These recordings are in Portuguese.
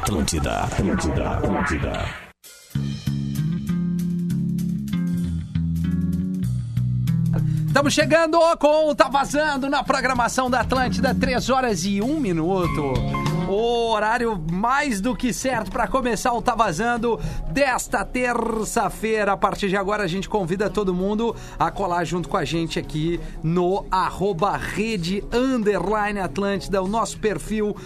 Atlântida, Atlântida, Atlântida. Estamos chegando com o Tá Vazando na programação da Atlântida, 3 horas e 1 minuto. O horário mais do que certo para começar o Tá Vazando desta terça-feira. A partir de agora, a gente convida todo mundo a colar junto com a gente aqui no arroba rede underline Atlântida, o nosso perfil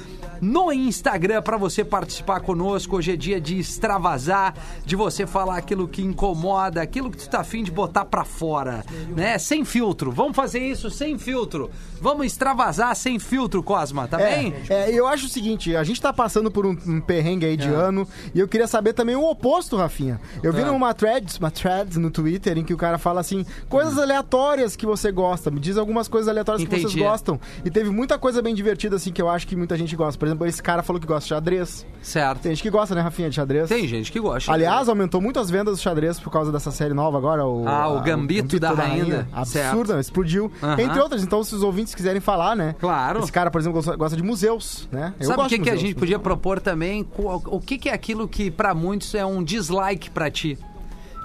no Instagram para você participar conosco. Hoje é dia de extravasar, de você falar aquilo que incomoda, aquilo que tu tá afim de botar pra fora, né? Sem filtro. Vamos fazer isso sem filtro. Vamos extravasar sem filtro, Cosma, tá bem? É, eu acho o seguinte, a gente tá passando por um, um perrengue aí de É. ano e eu queria saber também o oposto, Rafinha. Eu vi numa thread, uma thread no Twitter em que o cara fala assim, coisas aleatórias que você gosta, me diz algumas coisas aleatórias que Hum. Entendi. vocês gostam. E teve muita coisa bem divertida assim que eu acho que muita gente gosta. Por exemplo, esse cara falou que gosta de xadrez. Certo. Tem gente que gosta, né, Rafinha, de xadrez? Tem gente que gosta. Aliás, aumentou muito as vendas do xadrez por causa dessa série nova agora. O, Ah, o Gambito da Rainha. Absurda, explodiu. Aham. Entre outras, então, se os ouvintes quiserem falar, né? Claro. Esse cara, por exemplo, gosta- gosta de museus, né? Eu Sabe o gosto que, de que a museus. gente podia propor também? Qual- O que, que é aquilo que pra muitos é um dislike pra ti?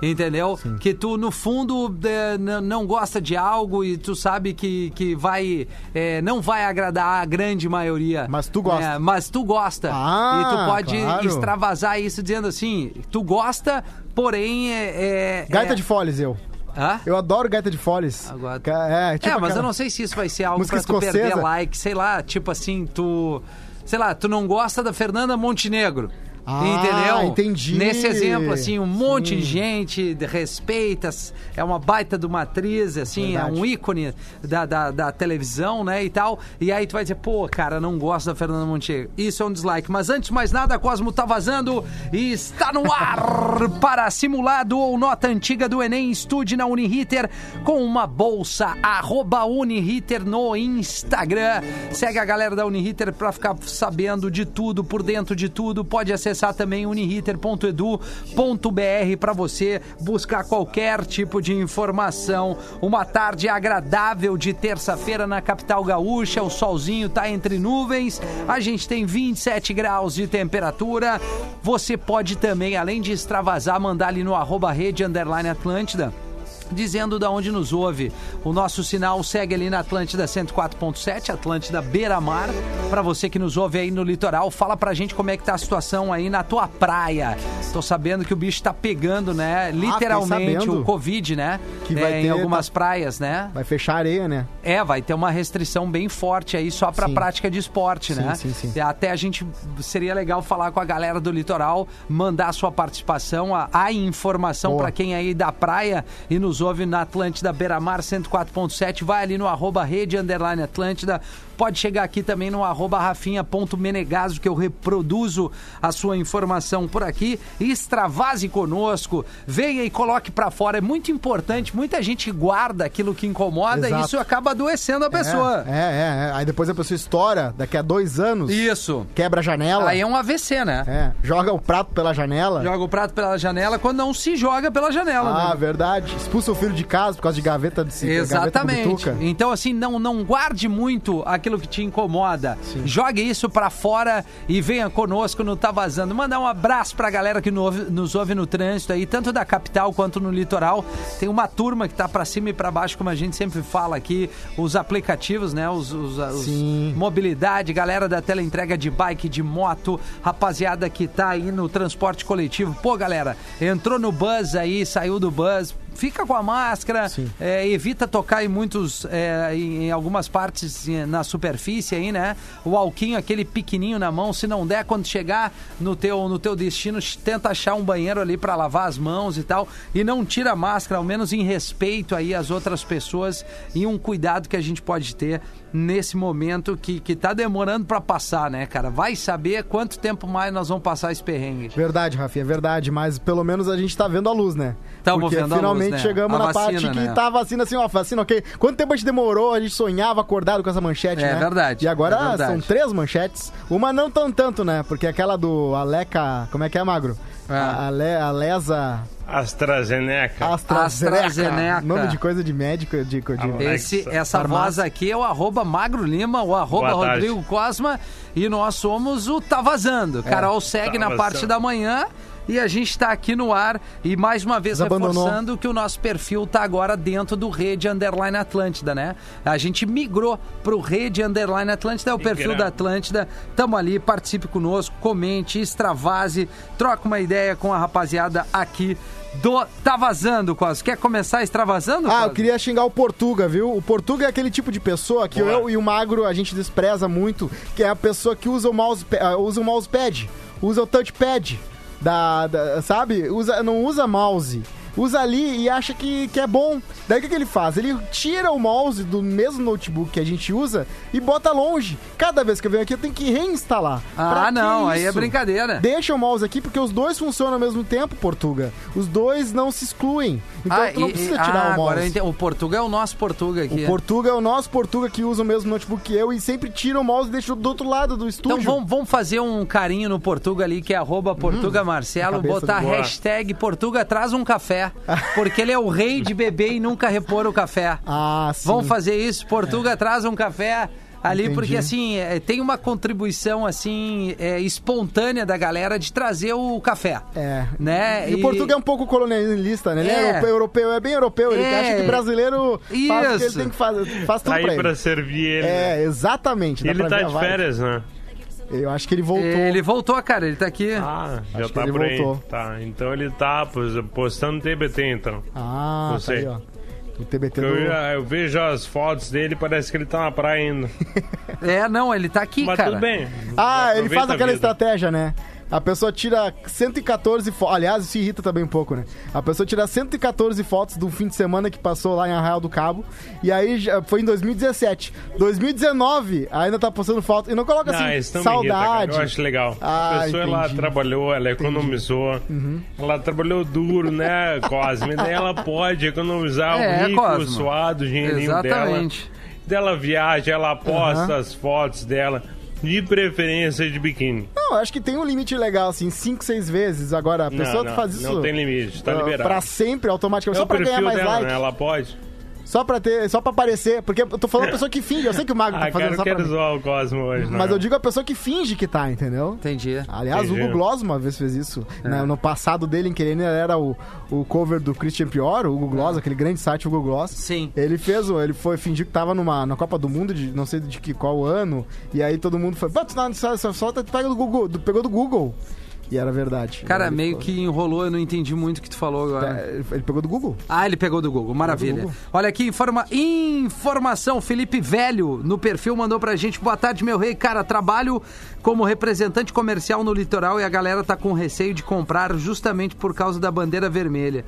Entendeu? Que tu, no fundo, eh, n- não gosta de algo e tu sabe que, que vai eh, não vai agradar a grande maioria. Mas tu gosta. É, mas tu gosta. Ah, e tu pode claro. extravasar isso dizendo assim: tu gosta, porém é. é- Gaita é- de Foles, eu. Hã? Eu adoro Gaita de Foles. Agora- Ca- É, tipo é, mas aquela- eu não sei se isso vai ser algo Música pra tu perder escocesa. like, sei lá, tipo assim, tu. Sei lá, tu não gosta da Fernanda Montenegro. Ah, entendeu? entendi. Nesse exemplo, assim, um monte de gente de- respeita, s- é uma baita de uma atriz, assim, é Verdade. um ícone da, da, da televisão, né, e tal. E aí tu vai dizer, pô, cara, não gosto da Fernanda Montenegro. Isso é um dislike. Mas antes de mais nada, a Cosmo tá vazando e está no ar para simulado ou nota antiga do Enem. Estude na Uniriter com uma bolsa, arroba Uniriter no Instagram. Segue a galera da Uniriter para ficar sabendo de tudo, por dentro de tudo. Pode acessar também uniriter.edu.br para você buscar qualquer tipo de informação. Uma tarde agradável de terça-feira na capital gaúcha. O solzinho tá entre nuvens. A gente tem 27 graus de temperatura. Você pode também, além de extravasar, mandar ali no arroba rede underline Atlântida dizendo da onde nos ouve. O nosso sinal segue ali na Atlântida 104.7, Atlântida Beira Mar. Para você que nos ouve aí no litoral, fala pra gente como é que tá a situação aí na tua praia. Tô sabendo que o bicho tá pegando, né? Literalmente sabendo. o Covid, né? Que vai É, em ter- tá. algumas praias, né? Vai fechar a areia, né? É, vai ter uma restrição bem forte aí só pra Sim. prática de esporte, Sim, né? sim, sim. Até a gente seria legal falar com a galera do litoral, mandar a sua participação, a, a informação Boa. pra quem aí da praia e nos ouve na Atlântida Beira-Mar 104.7, vai ali no arroba rede underline Atlântida. Pode chegar aqui também no arroba rafinha.menegaso, que eu reproduzo a sua informação por aqui. Extravase conosco, venha e coloque pra fora. É muito importante, muita gente guarda aquilo que incomoda e Exato. isso acaba adoecendo a pessoa. É, é, é. Aí depois a pessoa estoura, daqui a dois anos, Isso. quebra a janela. Aí é um AVC, né? É, joga o prato pela janela. Joga o prato pela janela quando não se joga pela janela. né? Ah, verdade. Expulsa o filho de casa por causa de gaveta de cigarro. Exatamente. Então, assim, não, não guarde muito aquilo que te incomoda. Jogue isso pra fora e venha conosco no Tá Vazando. Mandar um abraço pra galera que no- nos ouve no trânsito aí, tanto da capital quanto no litoral. Tem uma turma que tá pra cima e pra baixo, como a gente sempre fala aqui, os aplicativos, né? Os, os- os- Sim. mobilidade, galera da teleentrega de bike, de moto, rapaziada que tá aí no transporte coletivo. Pô, galera, entrou no bus aí, saiu do bus, fica com a máscara, Sim. é, evita tocar em muitos, é, em, em algumas partes eh, na superfície aí, né? O alquinho, aquele pequenininho na mão, se não der, quando chegar no teu, no teu destino, ch- tenta achar um banheiro ali pra lavar as mãos e tal, e não tira a máscara, ao menos em respeito aí às outras pessoas e um cuidado que a gente pode ter nesse momento que, que tá demorando pra passar, né, cara? Vai saber quanto tempo mais nós vamos passar esse perrengue. Verdade, Rafinha, é verdade. Mas pelo menos a gente tá vendo a luz, né? Tamo Porque vendo a luz, finalmente né? chegamos A na vacina, parte que né? tá a vacina assim, ó, vacina, ok. Quanto tempo a gente demorou, a gente sonhava acordado com essa manchete, É né? verdade, E agora é verdade. são três manchetes. Uma não tão tanto, né? Porque aquela do Aleca. Como é que é, Magro? É. A, a Le- a Lesa. AstraZeneca. Ah, AstraZeneca. AstraZeneca. Nome de coisa de médico, de, de- Ah, Esse, Alexa. Tá essa voz aqui é o arroba Magro Lima, o arroba Boa tarde. Rodrigo Cosma e nós somos o Tá É. Vazando. Carol segue Tá na parte Vazando. da manhã e a gente tá aqui no ar e mais uma vez Abandonou. reforçando que o nosso perfil tá agora dentro do Rede Underline Atlântida, né? A gente migrou pro Rede Underline Atlântida, é o perfil Migramos. da Atlântida. Tamo ali, participe conosco, comente, extravase, troca uma ideia com a rapaziada aqui do Tá Vazando, Cosma. Quer começar extravasando, Ah, eu Cosma? queria xingar o Portuga, viu? O Portuga é aquele tipo de pessoa que Boa. eu e o Magro a gente despreza muito, que é a pessoa que usa o mouse, ah, usa o mousepad, usa o touchpad, da, da- sabe? Usa, não usa mouse. Usa ali e acha que, que é bom. Daí o que, que ele faz? Ele tira o mouse do mesmo notebook que a gente usa e bota longe. Cada vez que eu venho aqui eu tenho que reinstalar. Pra Ah, que não, aí é isso? brincadeira. Deixa o mouse aqui porque os dois funcionam ao mesmo tempo, Portuga. Os dois não se excluem. Então Ah, tu não e- precisa e- tirar ah, o mouse. agora eu entendi. O Portuga é o nosso Portuga aqui. O Portuga é o nosso Portuga que usa o mesmo notebook que eu e sempre tira o mouse e deixa do outro lado do estúdio. Então vamos, vamos fazer um carinho no Portuga ali, que é arroba Portuga Marcelo, Hum, na cabeça botar do Boa. hashtag Portuga traz um café, porque ele é o rei de beber e nunca repor o café. Ah, sim. É. Vamos fazer isso, Portuga traz um café ali, Entendi. porque assim, é, tem uma contribuição assim, é, espontânea da galera de trazer o café. É. Né? E, o Portuga é um pouco colonialista, né? Ele é, É. europeu, europeu, é bem europeu. Ele É. acha que brasileiro faz o que ele Isso. tem que fazer. Faz tudo Tá pra aí ele. pra servir ele. né? É, exatamente. dá Ele pra tá ver a de vibe. férias, né? Eu acho que ele voltou. Ele voltou, cara, ele tá aqui. Ah, já Acho que tá ele por aí. voltou. Tá, então ele tá pos- postando TBT, então. Ah, Não tá aí, sei. ó. O TBT do... Eu, eu vejo as fotos dele, parece que ele tá na praia ainda. É, não, ele tá aqui, Mas cara. tudo bem. Ah, ele Aproveita faz a aquela vida. estratégia, né? A pessoa tira 114 fotos. Aliás, isso irrita também um pouco, né? A pessoa tira 114 fotos do fim de semana que passou lá em Arraial do Cabo. E aí já foi em 2017. 2019, ainda tá postando foto. E não coloca Não, isso assim, não Ah, me irrita, cara. saudade. eu acho legal. Ah, a pessoa ela entendi. Uhum. trabalhou, ela economizou. Ela trabalhou duro, né, Cosme? Daí ela pode economizar É, o rico, Cosmo. o suado, o dinheirinho Exatamente. dela. Daí ela viaja, ela posta as fotos dela, de preferência de biquíni. Não, eu acho que tem um limite legal, assim, 5, 6 vezes. Agora, a pessoa não, faz isso. Não tem limite, tá ah, liberado. Pra sempre, automaticamente. É Só o pra ganhar perfil mais dela, like. né? Ela pode. Só pra ter. Só pra aparecer. Porque eu tô falando a pessoa que finge. Eu sei que o Mago Ah, tá fazendo cara, eu só pra quero mim. Uhum. zoar o Cosmo hoje. Mas né? eu digo a pessoa que finge que tá, entendeu? Entendi. Aliás, o Entendi. Hugo Gloss uma vez fez isso. Na- No passado dele, em que ele era o, o cover do Christian Pior, o Hugo Gloss, aquele grande site Hugo Gloss. Sim. Ele fez, o- ele foi fingir que tava numa, na Copa do Mundo de não sei de que, qual ano. E aí todo mundo foi, "Bah, tu não, só, só, só pega do Google, do- pegou do Google. E era verdade. Cara, Ele meio ficou- que enrolou, eu não entendi muito o que tu falou agora. É, Ele pegou do Google. Ah, ele pegou do Google, maravilha. Google. Olha aqui, informa... informação. Felipe Velho, no perfil, mandou pra gente. Boa tarde, meu rei. Cara, trabalho como representante comercial no litoral e a galera tá com receio de comprar justamente por causa da bandeira vermelha.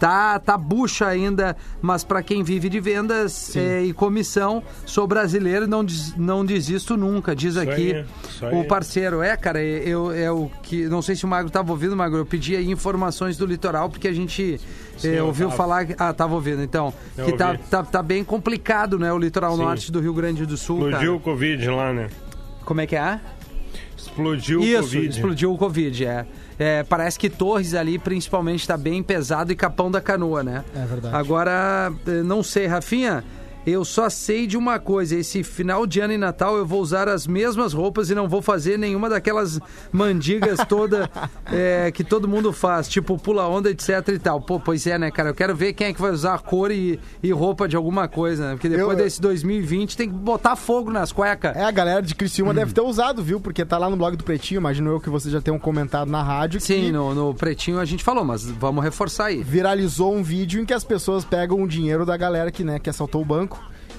Tá, tá bucha ainda, mas pra quem vive de vendas eh, e comissão, sou brasileiro e não, des- não desisto nunca, diz aqui aí, isso o aí. parceiro. É, cara, eu, é o que. Não sei se o Magro tava ouvindo, Magro. Eu pedi aí informações do litoral, porque a gente Sim, eh, eu ouviu tava. falar. Ah, que- ah, tava ouvindo, então. Eu que tá, ouvi. tá, tá bem complicado, né? O litoral Sim. norte do Rio Grande do Sul, Explodiu o cara. Covid lá, né? Como é que é? Explodiu o Isso, Covid. explodiu o Covid, é. É, Parece que Torres ali, principalmente, tá bem pesado e Capão da Canoa, né? É verdade. Agora, eh, não sei, Rafinha... Eu só sei de uma coisa, esse final de ano e Natal eu vou usar as mesmas roupas e não vou fazer nenhuma daquelas mandigas toda eh, que todo mundo faz, tipo pula onda, etc e tal. Pô, pois é, né, cara? Eu quero ver quem é que vai usar a cor e, e roupa de alguma coisa, né? Porque depois Eu- eh, desse 2020 tem que botar fogo nas cuecas. É, a galera de Criciúma deve ter usado, viu? Porque tá lá no blog do Pretinho, imagino eu que vocês já tenham comentado na rádio. Sim, que no, no pretinho a gente falou, mas vamos reforçar aí. viralizou um vídeo em que as pessoas pegam o dinheiro da galera que, né, que assaltou o banco.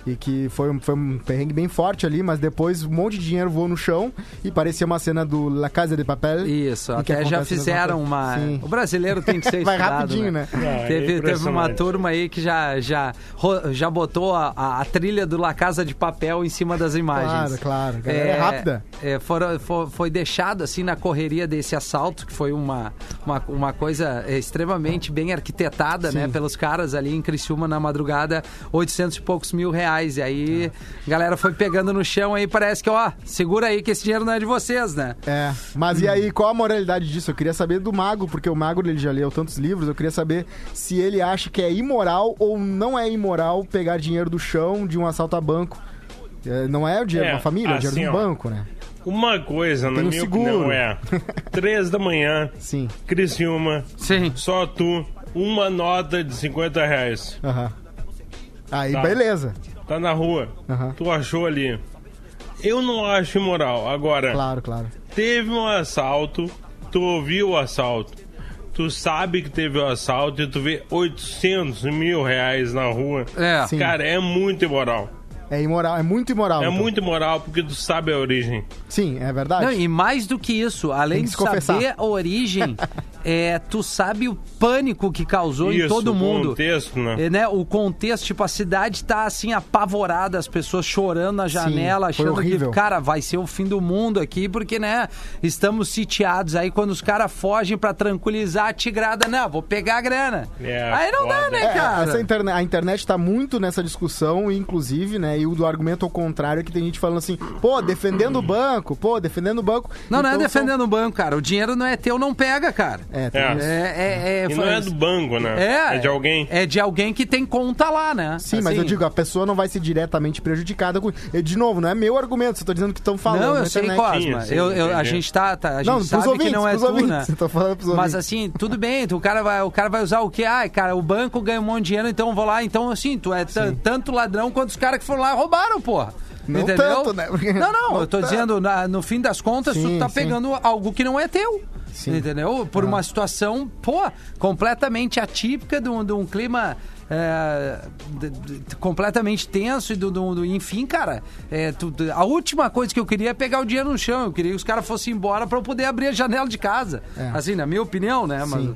E que foi um, foi um perrengue bem forte ali, mas depois um monte de dinheiro voou no chão e parecia uma cena do La Casa de Papel. Isso, em que até já acontece a mesma fizeram coisa. uma. Sim. O brasileiro tem que ser Vai estudado, rapidinho, né? Ah, teve, é teve uma impressionante. turma aí que já, já, ro- já botou a, a- a trilha do La Casa de Papel em cima das imagens. Claro, claro. A galera é rápida. é, foram- fo- foi deixado assim na correria desse assalto, que foi uma, uma, uma coisa é, extremamente bem arquitetada, né? Pelos caras ali em Criciúma na madrugada, 800 e poucos mil reais. reais. E aí, É. a galera foi pegando no chão aí, parece que, ó, segura aí que esse dinheiro não é de vocês, né? É, mas e aí, qual a moralidade disso? Eu queria saber do Mago, porque o Mago ele já leu tantos livros, eu queria saber se ele acha que é imoral ou não é imoral pegar dinheiro do chão de um assalto a banco. É, Não é o dinheiro É, de uma família, é o dinheiro de um assim, ó. banco, né? Uma coisa, na Tem o minha seguro. opinião, é... Três da manhã, Sim. Criciúma, Sim. só tu, uma nota de 50 reais. Aham. Aí, Tá. beleza. Tá na rua, Aham. tu achou ali. Eu não acho imoral. Agora, Claro, claro. teve um assalto, tu ouviu o assalto, tu sabe que teve o assalto e tu vê 800 mil reais na rua. É. Sim. Cara, é muito imoral. É imoral, é muito imoral. É então. muito imoral porque tu sabe a origem. Sim, é verdade. Não, e mais do que isso, além Tem que de se confessar. saber a origem, é, tu sabe o pânico que causou em Isso, todo o mundo. contexto, né? É, né, O contexto, tipo, a cidade tá assim apavorada, as pessoas chorando na janela, foi achando que, horrível. cara, vai ser o fim do mundo aqui, porque, né, estamos sitiados. Aí quando os caras fogem pra tranquilizar a tigrada, não, vou pegar a grana. É, Aí não dá, foda. né, É, cara? essa interne- a internet tá muito nessa discussão, inclusive, né? E o do argumento ao contrário é que tem gente falando assim, pô, defendendo o banco, pô, defendendo o banco. Não, não é Então são- defendendo o banco, cara. O dinheiro não é teu, não pega, cara. É, tem É. isso. É, é, é, E não é do banco, né? É, de alguém. É de alguém que tem conta lá, né? Sim, mas Assim. eu digo, a pessoa não vai ser diretamente prejudicada com. e, De novo, não é meu argumento, você tá dizendo que estão falando. Não, na eu sei, internet. Cosma. Sim, sim, eu, eu- a entendi. gente tá. tá- a gente Não, pros sabe ouvintes, que não é pros tu, ouvintes. né? Eu tô falando pros Mas ouvintes. assim, tudo bem, tu- o cara, vai, o cara vai usar o quê? Ai, cara, o banco ganha um monte de dinheiro, então eu vou lá. Então, assim, tu é t- tanto ladrão quanto os caras que foram lá e roubaram, porra. Não Entendeu? tanto, né? Porque- Não, não, Não eu tô tanto. dizendo, na- no fim das contas, tu Sim, tá sim. pegando algo que não é teu. Sim. Ah. Entendeu? Por uma situação, pô, completamente atípica de um, de um clima. é, de- de- completamente tenso e do, do- do- enfim, cara. é, tu- tu- a última coisa que eu queria é pegar o dinheiro no chão. Eu queria que os caras fossem embora pra eu poder abrir a janela de casa. É. Assim, na minha opinião, né? Mas, Sim.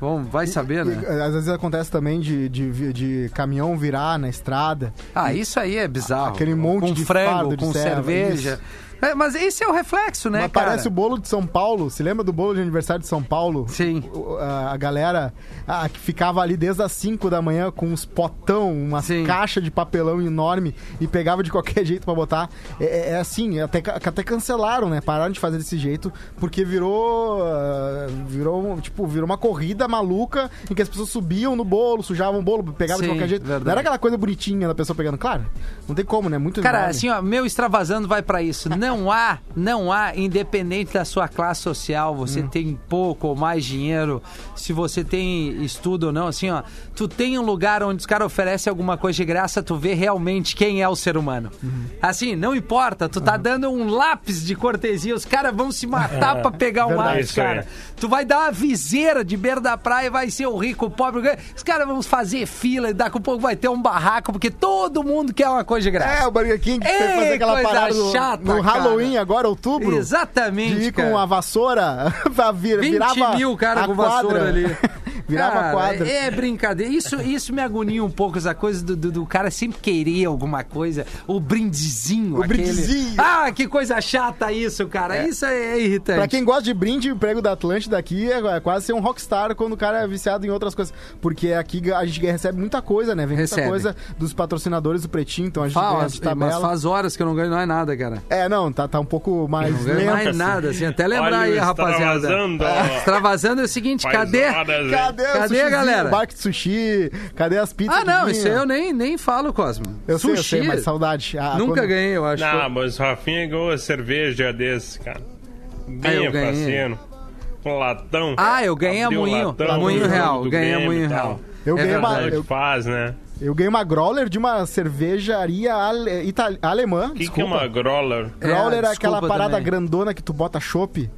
bom, vai saber, E, né? Às vezes acontece também de, de, vi- de caminhão virar na estrada. Ah, isso aí é bizarro. Aquele monte com de frango, fardo de com serva, cerveja. É, mas esse é o reflexo, né, Mas cara? parece o bolo de São Paulo. Se lembra do bolo de aniversário de São Paulo? Sim. O- A, a galera a, que ficava ali desde as 5 da manhã com uns potão, umas Sim. caixas de papelão enorme e pegava de qualquer jeito pra botar. É, é- é assim, até, ca- até cancelaram, né? Pararam de fazer desse jeito porque virou. ah, virou um- tipo, virou uma corrida maluca em que as pessoas subiam no bolo, sujavam o bolo, pegavam de Sim, qualquer jeito. verdade. Não era aquela coisa bonitinha da pessoa pegando. Claro, não tem como, né? Muito Cara, enorme. assim, ó, meu extravasando vai pra isso. Não há, não há, independente da sua classe social, você Hum. tem pouco ou mais dinheiro, se você tem estudo ou não, assim, ó, tu tem um lugar onde os caras oferecem alguma coisa de graça, tu vê realmente quem é o ser humano. Uhum. Assim, não importa, tu tá dando um lápis de cortesia, os caras vão se matar pra pegar um É, Verdade, lápis, isso aí. cara. Tu vai dar uma viseira de beira da praia, vai ser o rico, o pobre, o grande. os caras vão fazer fila e daqui a pouco vai ter um barraco, porque todo mundo quer uma coisa de graça. É, o Burger King que Ei, foi fazer aquela coisa parada no, chata, no Halloween cara. agora, outubro. Exatamente, De ir cara. com a vassoura, pra vir, 20 virava mil cara a com quadra. vassoura ali. virava Cara, a quadra. É brincadeira. Isso, isso me agonia um pouco, essa coisa do, do, do cara sempre querer alguma coisa. O brindezinho. O aquele- brindezinho. Ah, que coisa chata isso, cara. Isso é irritante. Pra quem gosta de brinde, o prego da Atlântida aqui é é quase ser um rockstar quando o cara é viciado em outras coisas. Porque aqui a gente recebe muita coisa, né? Vem Recebe. muita coisa dos patrocinadores do Pretinho, então a gente Fala, ganha de tabela. mas faz horas que eu não ganho mais nada, cara. É, não, tá, tá um pouco mais Não ganho lento. mais assim. nada, assim. Até lembrar Olha o aí, rapaziada. extravasando, ó. Extravasando é o seguinte, Faz cadê? horas, hein? Cadê Cadê, a o sushizinho, galera? O barco de sushi, cadê as pizzas? Ah, não, que isso aí vinha? eu nem, nem falo, Cosmo. Eu sei, eu Sushi, sei, mas saudade. Ah, Nunca quando- ganhei, eu acho. Não, mas o Rafinha ganhou a cerveja desse, cara. Ah, Bem eu ganhei. parceiro. Um latão. Ah, eu ganhei a Abriu o moinho. latão, moinho o jogo real. do Ganhei a Grêmio e moinho tal. real. Eu É ganhei uma- verdade. Sabe o eu- que faz, né? Eu ganhei uma growler de uma cervejaria ale- itali- alemã. O que, que é desculpa. uma growler? Growler é, desculpa aquela parada também. grandona que tu bota chopp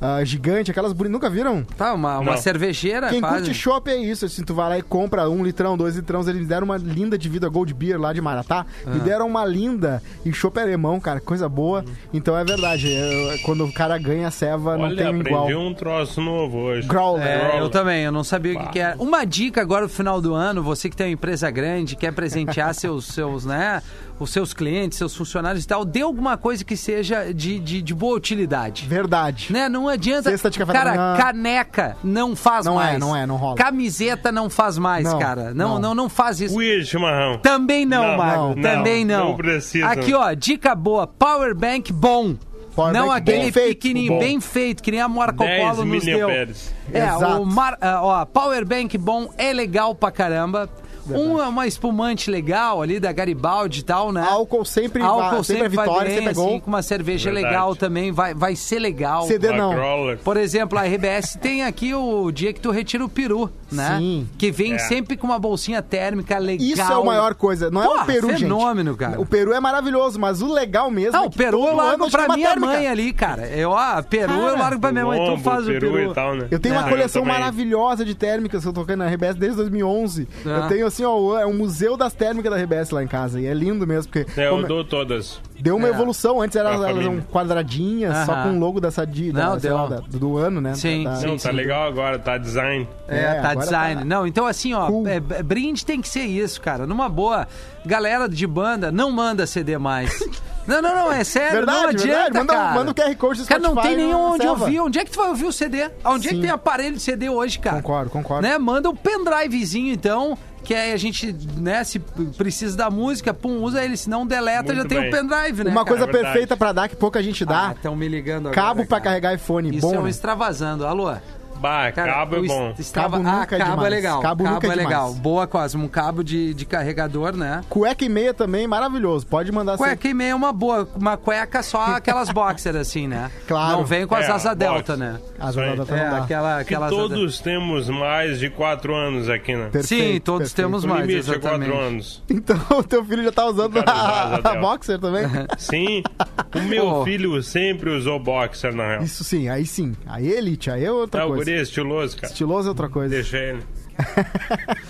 ah, gigante, aquelas bonitas. Nunca viram? Tá, uma, uma Não. cervejeira, Quem quase. curte chopp é isso. Assim, tu vai lá e compra um litrão, dois litrões. Eles me deram uma linda de vida Gold Beer lá de Maratá. Me Ah. deram uma linda. E chopp é alemão, cara, coisa boa. Uhum. Então é verdade. eu- quando o cara ganha a ceva, não Olha, tem aprendi igual. um troço novo hoje. Growler. É, eu Growler. também, eu não sabia o que, que era. Uma dica agora no final do ano, você que tem uma empresa grande, quer presentear seus, seus, né, os seus clientes, seus funcionários e tal, dê alguma coisa que seja de, de, de boa utilidade. Verdade. Né? Não, adianta. Cesta de café da cara, manhã. caneca não faz Não é, mais. não é, não rola. Camiseta não faz mais, Não, cara. Não, não, não. não, faz isso. Ui, chimarrão. Também não, Não, Mago. não, Também não. não. Não precisa. Aqui, ó, dica boa. Powerbank bom. Power não bank aquele bem feito, pequenininho, bom. bem feito, que nem a Marco 10 Polo nos deu. miliamperes. É, o Exato. mar, ah, ó, Powerbank bom é legal pra caramba. Um é uma espumante legal ali da Garibaldi e tal, né? Álcool sempre, Álcool sempre, é vai vitória, bem, sempre é gol. assim, com uma cerveja Verdade. legal também, vai, vai ser legal. CD não. Macroller. Por exemplo, a RBS tem aqui o dia que tu retira o peru, né? Sim. Que vem É. sempre com uma bolsinha térmica legal. Isso é a maior coisa. Não é Porra, o Peru, gente. fenômeno, cara. O Peru é maravilhoso, mas o legal mesmo Não, é o que peru todo eu largo ano pra chama minha térmica. mãe ali, cara. Eu, ó, peru eu Cara, largo pra minha mãe, tu Lombo, faz o peru. e tal, né? Eu tenho Ah, uma eu coleção também. maravilhosa de térmicas que eu toquei na RBS desde 2011. Ah. Eu tenho, assim, ó, é um museu das térmicas da RBS lá em casa. E é lindo mesmo, porque É, eu como- dou todas. deu uma É. evolução. Antes era, Pra elas família. eram quadradinhas, só Aham. com o logo dessa di, da- Não, sei deu. lá, da- do ano, né? Sim, Da- da- sim. Não, tá legal agora, tá design. É, tá agora design. Não, então assim, ó, Cool. é, b- brinde tem que ser isso, cara. Numa boa, galera de banda não manda CD mais. não, não, não, é sério, Verdade, não adianta, verdade. Manda um- cara. manda um QR Code do Cara, não Spotify tem nenhum na onde selva. ouvir. Onde é que tu vai ouvir o CD? Onde é que Sim. tem aparelho de CD hoje, cara? Concordo, concordo. Né? Manda um pendrivezinho, então, que aí a gente, né, se p- precisa da música, pum, usa ele, se não deleta, Muito já tem o bem. pendrive, né, Uma cara? coisa É verdade. perfeita pra dar, que pouca gente Ah, dá. estão me ligando agora, Tá? Cabo pra cara. carregar iPhone. Isso Bom, é um né? extravasando. Alô? Bah, cabo é o bom. est- Estrava... Cabo Ah, nunca é cabo é demais. legal. Cabo, Cabo nunca é é legal. demais. Boa, quase um cabo de, de carregador, né? Cueca e meia também, maravilhoso. Pode mandar sempre. Cueca e meia é uma boa, uma cueca só aquelas boxer assim, né? Claro. Não vem com as É, asa delta, boxer. né? As Isso aí. rodadas É, não dá. aquela, Que aquelas todos temos mais de 4 anos aqui, né? Perfeito, Sim, todos perfeito. temos O mais, limite é 4 exatamente. anos. Então o teu filho já tá usando Cara, a, vaza, a Del. boxer também? Sim, o meu Oh. filho sempre usou boxer, na real. Isso sim, aí sim. Aí é elite, aí é outra É o coisa. guri estiloso, cara. Estiloso é outra coisa. Deixa ele.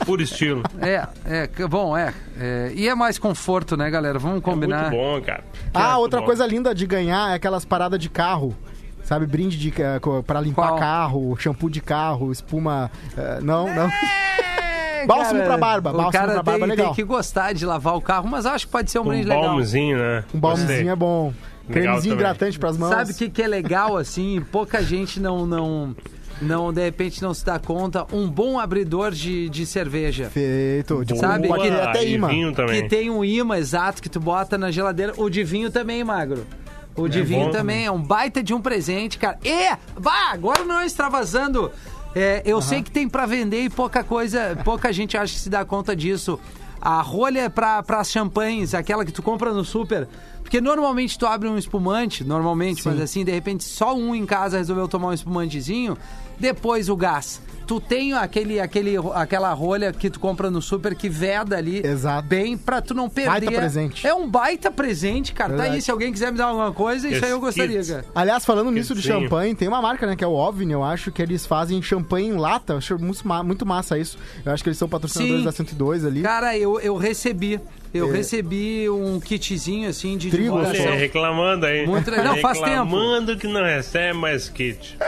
Por estilo. É, é, que- bom, é, é. E é mais conforto, né, galera? Vamos combinar. É Muito bom, cara. Ah, Muito outra bom. coisa linda de ganhar é aquelas paradas de carro. Sabe, brinde de, eh, co- pra limpar Qual? carro, shampoo de carro, espuma. eh, não, não. É, Bálsamo cara, pra barba, O bálsamo cara pra barba tem, é legal. tem que gostar de lavar o carro, mas acho que pode ser um, Um brinde legal. balmezinho, né? Um balmezinho é bom. Cremezinho também. hidratante pras mãos. Sabe o que, que é legal, assim? Pouca gente não, não, não, de repente, não se dá conta. Um bom abridor de, de cerveja. Feito. Tipo, Sabe, pode que- ter até imã. Ah, Vinho também. Que tem um imã exato que tu bota na geladeira. O de vinho também, magro. O de vinho bom. também é um baita de um presente, cara. E, bah, agora não é extravasando. É, eu sei que tem pra vender e pouca coisa, pouca gente acha que se dá conta disso. A rolha é pra, pra champanhes, aquela que tu compra no super. Porque normalmente tu abre um espumante, normalmente, mas assim, de repente só um em casa resolveu tomar um espumantezinho. Depois o gás. Tu tem aquele, aquele, aquela rolha que tu compra no super que veda ali Exato. bem pra tu não perder. Baita presente. É um baita presente, cara. Tá Verdade. aí, se alguém quiser me dar alguma coisa, isso aí eu Esse gostaria, kit. cara. Aliás, falando nisso de sim. champanhe, tem uma marca, né, que é o OVNI, eu acho, que eles fazem champanhe em lata. Eu acho muito, ma- muito massa isso. Eu acho que eles são patrocinadores Sim. da 102 ali. Cara, eu, eu recebi. Eu recebi um kitzinho assim de É. Trigo, Olha, divulgação. reclamando aí. Muito legal. Não, faz tempo. Reclamando que não recebe mais kit.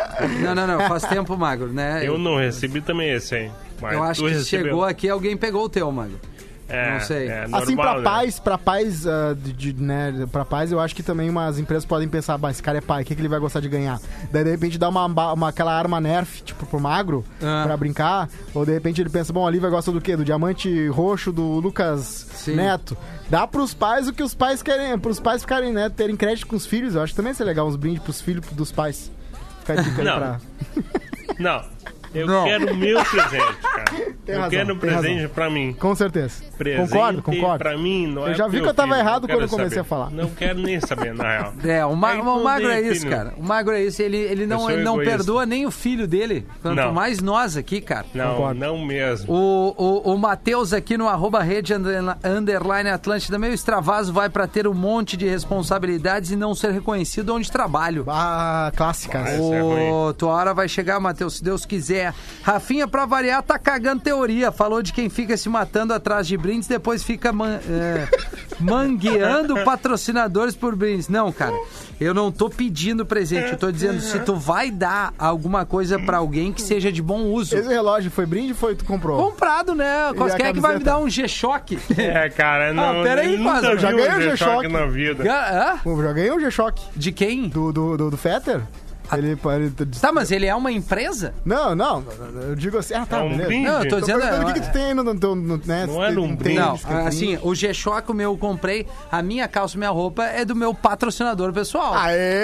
Não, não, não. Faz tempo, Magro, né? Eu não recebi também esse aí. Mas Eu acho tu que recebeu. chegou aqui alguém pegou o teu, Magro. É, não sei. é assim, normal, pra né? paz, pra paz, ah, de, de- né, pra paz, eu acho que também umas empresas podem pensar, mas esse cara é pai, o que, que ele vai gostar de ganhar? Daí, de repente, dá uma, ba- uma- aquela arma nerf, tipo, pro magro, Ah. pra brincar. Ou, de repente, ele pensa, bom, ali vai gostar do quê? Do diamante roxo do Lucas Sim. Neto. Dá pros pais o que os pais querem, pros pais ficarem, né, terem crédito com os filhos. Eu acho que também seria legal uns brindes pros filhos dos pais. Fica a dica aí Não. pra... Não. Eu Não. quero o meu presente, cara. Tem eu razão, quero um tem presente pra mim. Com certeza. Presente concordo, concordo. Pra mim, não Eu é já vi pro que eu tava filho, errado não quando eu quero comecei saber. a falar. Não quero nem saber, na real. É, o, ma- Aí o tu Magro é vem, isso, filho. cara. O Magro é isso. Ele, ele não, né? sou ele não egoísta. perdoa nem o filho dele. Quanto Não. mais nós aqui, cara. Não, Concordo. não mesmo. O, o, o Matheus aqui no arroba rede underla- underline Atlântida, meu extravaso vai pra ter um monte de responsabilidades e não ser reconhecido onde trabalho. Ah, clássicas. Vai. Essa é Ô, tua hora vai chegar, Matheus, se Deus quiser. Rafinha, pra variar, tá cagando teoria. Falou de quem fica se matando atrás de brindes, depois fica man- é, mangueando patrocinadores por brindes. Não, cara, eu não tô pedindo presente. Eu tô dizendo, se tu vai dar alguma coisa pra alguém que seja de bom uso. Esse relógio foi brinde ou foi tu comprou? Comprado, né? E Quem a é que vai me camiseta? dar um G-Shock? É, cara, não. Ah, pera aí, eu nunca Quasar. vi Já um é ganhou o G-Shock G-Shock. na vida. Hã? Pô, já ganhei o G-Shock De quem? do, do, do, do Fetter? Ah. Ele, ele... Tá, mas ele é uma empresa? Não, não. Eu digo assim, ah, tá, É um beleza. brinde. Não, eu tô Tô dizendo. é, perguntando o que, que tu tem aí no, no, no, no né? Não se era tem- um tem brinde. Não, tênis, tem assim, brinde. o G-Shock, o meu, eu comprei, a minha calça, minha roupa é do meu patrocinador pessoal. Ah, é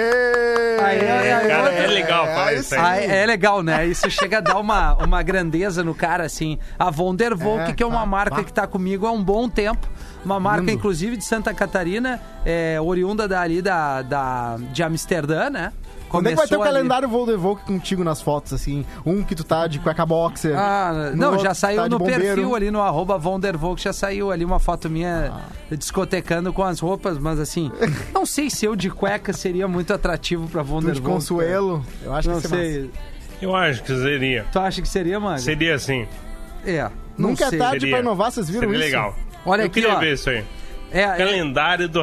Aê! Aê, aê, Cara, aê. é legal falar aí isso sim. aí. Ah, é legal, né? Isso chega a dar uma, uma grandeza no cara, assim. A Von der Volk, É, que é uma tá, marca tá. que tá comigo há um bom tempo. Uma marca, inclusive, de Santa Catarina, é, oriunda dali da, da, de Amsterdã, né? Quando é que vai ter o Começou ali. calendário Voldevolk contigo nas fotos, assim? Um que tu tá de cueca boxer. Ah, no não, outro já que tá saiu de no bombeiro. perfil ali no arroba Von der Volk, já saiu ali uma foto minha Ah. discotecando com as roupas, mas assim, não sei se eu de cueca seria muito atrativo pra Von Tu der de Volk. consuelo. Eu acho Não que isso é massa. sei. assim. Eu acho que seria. Tu acha que seria, mano? Seria assim. É. Não Nunca sei. é tarde Seria. pra inovar, vocês viram Seria isso? legal. Olha eu aqui, queria ó. ver isso aí. É, é- Calendário do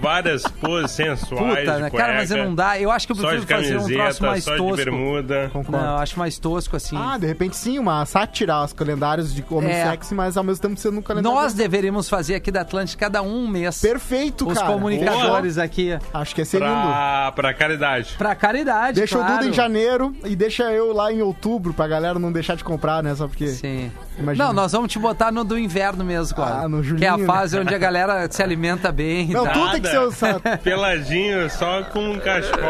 várias poses sensuais. Puta, de né? Cara, mas cueca, não dá. Eu acho que eu Só de prefiro fazer um troço camiseta, mais só de tosco. bermuda. Concordo. Não, eu acho mais tosco assim. Ah, de repente sim, uma sátira aos calendários de homem É. sexy, mas ao mesmo tempo sendo um calendário. Nós deveríamos fazer aqui da Atlântica cada um um mês. Perfeito, Os cara. comunicadores aqui. Boa. Acho que é ser lindo. Pra, pra caridade. Pra caridade, Deixa o claro. Duda em janeiro e deixa eu lá em outubro pra galera não deixar de comprar, né? Só porque. Sim. Imagina. Não, nós vamos te botar no do inverno mesmo, claro. Ah, no que é a julinho, fase onde a galera se alimenta bem. Não, tá? tu tem que ser o sa- Peladinho, só com um cachecol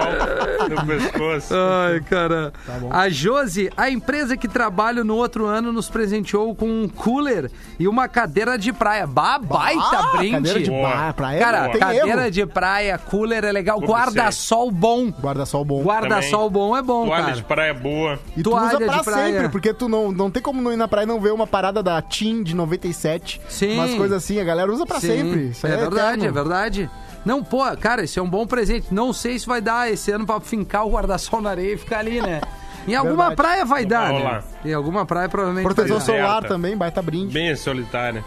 no pescoço. Ai, cara. Tá a Josi, a empresa que trabalho no outro ano, nos presenteou com um cooler e uma cadeira de praia. Bah, baita Ah, brinde. Cadeira de Boa. bar, pra ela. Cara, não tem cadeira erro. de praia, cooler é legal. Vou pensar. Guarda-sol bom. Guarda-sol bom. Guarda-sol bom é bom, Toalha cara. de praia boa. E tu Toalha usa de pra praia. sempre, porque tu não, não tem como não ir na praia e não ver uma parada da Tim de 97. Sim. Umas coisas assim, a galera usa pra Sim, sempre. Isso é, aí é verdade, eterno. é verdade. Não, pô, cara, esse é um bom presente. Não sei se vai dar esse ano pra fincar o guarda-sol na areia e ficar ali, né? Em alguma Verdade. praia vai dar, Vamos né? lá. Em alguma praia provavelmente Proteção vai dar. solar Certa. também, baita brinde. Bem solitária.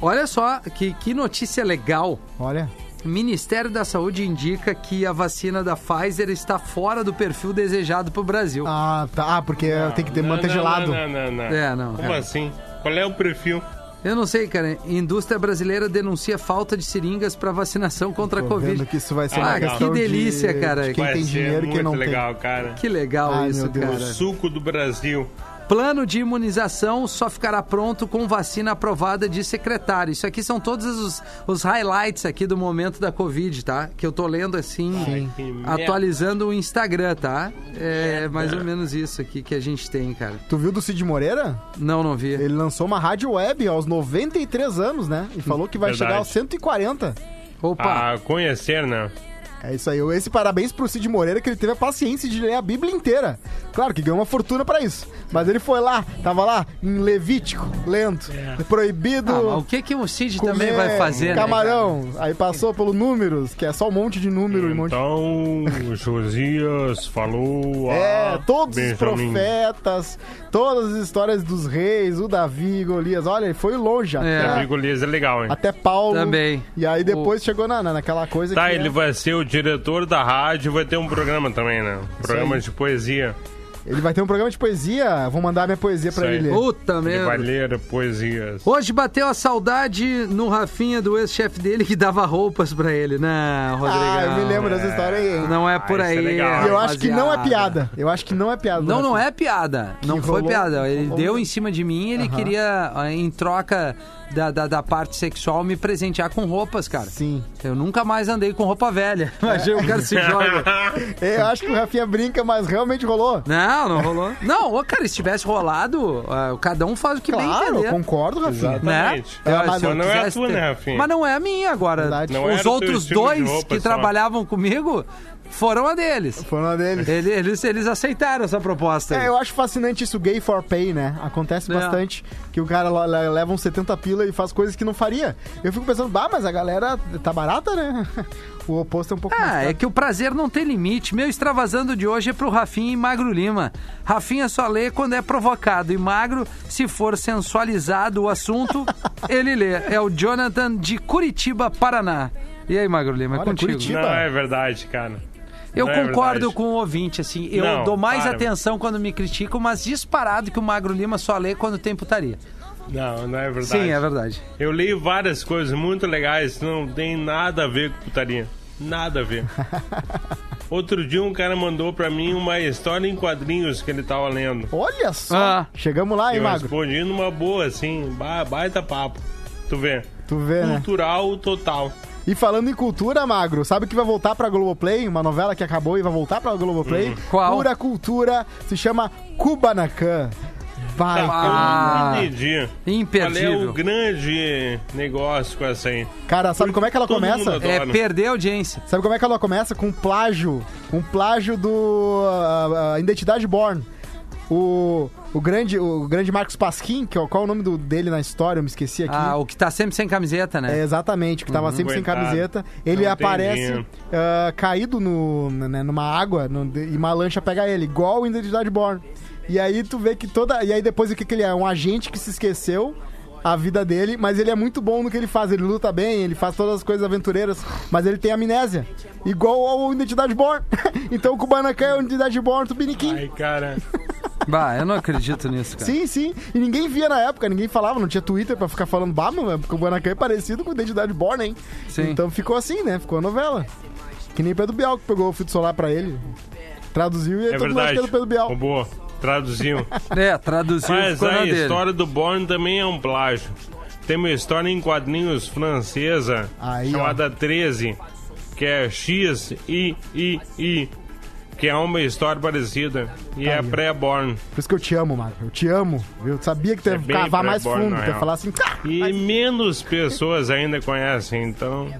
Olha só, que, que notícia legal. Olha. Ministério da Saúde indica que a vacina da Pfizer está fora do perfil desejado pro Brasil. Ah, tá. Ah, porque tem que ter, Não, manter não, gelado. Não, não, não, É, não, Como é. assim? Qual é o perfil? Eu não sei, cara. Indústria brasileira denuncia falta de seringas para vacinação contra a Tô vendo Covid. que isso vai ser Ah, uma que questão de- delícia, cara. de quem Vai tem ser dinheiro e quem muito não legal, cara. Que legal Ai, isso, meu Deus. cara. Suco do Brasil. Plano de imunização só ficará pronto com vacina aprovada de secretário. Isso aqui são todos os, os highlights aqui do momento da Covid, tá? Que eu tô lendo assim, que merda. atualizando o Instagram, tá? É mais ou menos isso aqui que a gente tem, cara. tem. Tu viu do Cid Moreira? Não, não vi. Ele lançou uma rádio web aos 93 anos, né? E falou que vai Verdade. chegar aos 140. Opa! A conhecer, né? É isso aí. Esse parabéns pro Cid Moreira, que ele teve a paciência de ler a Bíblia inteira. Claro que ganhou uma fortuna pra isso. Mas ele foi lá, tava lá em Levítico, lento, proibido. Ah, mas o que, que o Cid comer também vai fazer, né, Camarão. aí passou pelo números, que é só um monte de número e um monte de. Então, Josias falou a É, todos os Benjamin. profetas, todas as histórias dos reis, o Davi, Golias. Olha, ele foi longe até, É. Davi Golias é legal, hein? até Paulo. Também. E aí depois chegou na, na- naquela coisa Tá, que. ele é- vai ser o diretor da rádio, vai ter um programa também, né? Programa de poesia. ele vai ter um programa de poesia. Vou mandar minha poesia pra Isso aí. ele. ler. Puta Ele merda! vai ler poesias. Hoje bateu a saudade no Rafinha do ex-chefe dele que dava roupas pra ele. Não, Rodrigo. Ah, eu me lembro dessa história aí. hein? É, Não é por Ah, isso é aí. legal. E eu acho que não é rapaziada. piada. Eu acho que não é piada. Não, Rafa. não é piada. não foi rolou- piada. Ele rolou- deu em cima de mim ele queria, ah, em troca da, da, da parte sexual, me presentear com roupas, cara. Sim. Eu nunca mais andei com roupa velha. Imagina, o cara É. se joga. É, Eu acho que o Rafinha brinca, mas realmente rolou. Não, não rolou. Não, ô, cara, se tivesse rolado, ah, cada um faz o que bem Claro, entender. eu concordo, Rafinha. Né? Exatamente. Eu, mas se eu não é a quisesse tua, ter- né, Rafinha? Mas não é a minha agora. Verdade. Não era o Os teu outros estilo de dois roupa que só. trabalhavam comigo foram a deles. Foi uma dele. Ele- Eles, eles aceitaram essa proposta. aí. É, eu acho fascinante isso, gay for pay, né? Acontece É. bastante que o cara lá- lá leva uns 70 pila e faz coisas que não faria. Eu fico pensando, bah, mas a galera tá barata, né? O oposto é um pouco mais Ah, caro. é que o prazer não tem limite. Meu extravasando de hoje é pro Rafinha e Magro Lima. Rafinha só lê quando é provocado e Magro, se for sensualizado o assunto, ele lê. É o Jonathan de Curitiba, Paraná. E aí, Magro Lima, é Olha, contigo. Curitiba. Não é verdade, cara. Eu Não é concordo verdade. com o ouvinte, assim. Eu Não, dou mais para. atenção quando me criticam, mas disparado que o Magro Lima só lê quando tem putaria. Não, não é verdade. Sim, é verdade. Eu leio várias coisas muito legais, não tem nada a ver com putaria. Nada a ver. Outro dia um cara mandou pra mim uma história em quadrinhos que ele tava lendo. Olha só! Ah. Chegamos lá, hein, Eu Magro? respondi numa boa, assim, ba- baita papo. Tu vê. Tu vê, É, né? Cultural total. E falando em cultura, Magro, sabe que vai voltar pra Globoplay? Uma novela que acabou e vai voltar pra Globoplay? Uhum. Qual? Pura Cultura, se chama Kubanacan. Vai, Ah. Tá, eu não entendi. Qual é Imperdível. o grande negócio com essa aí? cara, sabe como é que ela Todo mundo começa? adora. É Adoro. perder a audiência. Sabe como é que ela começa? Com um plágio. Um plágio do. ah, ah, Identidade Born. O, o, grande, o grande Marcos Pasquim, que é, o- qual é o nome do, dele na história? Eu me esqueci aqui. Ah, o que tá sempre sem camiseta, É, né? exatamente, que tava sempre sem Coitado. camiseta. Ele Não tem aparece dinheiro. ah, caído no, né, numa água no- e uma lancha pega ele, igual o Identidade Born. E aí tu vê que toda. E aí depois o que, que ele é? Um agente que se esqueceu a vida dele, mas ele é muito bom no que ele faz. Ele luta bem, ele faz todas as coisas aventureiras, mas ele tem amnésia. Igual ao Identidade Born. então o Kubanacan é o Identidade Born Tupiniquim. Ai, cara. Bah, eu não acredito nisso, cara. Sim, sim. E ninguém via na época, ninguém falava, não tinha Twitter pra ficar falando, bah, meu, é porque o Guanacan é parecido com Identidade Born, hein? Sim. Então ficou assim, né? Ficou a novela. Que nem Pedro Bial que pegou o filtro solar pra ele. Traduziu e aí É todo mundo acha verdade. que era o Pedro Bial. Roubou. Traduziu. É, traduziu Mas ficou na a dele. história do Born também é um plágio. Tem uma história em quadrinhos francesa Aí, chamada 13, que é X I I I, que é uma história parecida e é pré-Born. Por isso que eu te amo, Marco. Eu te amo. Eu sabia que é teve que bem cavar Pedro mais Bial, fundo, na ter real. falar assim. "Ah, E mas-" menos pessoas ainda conhecem, então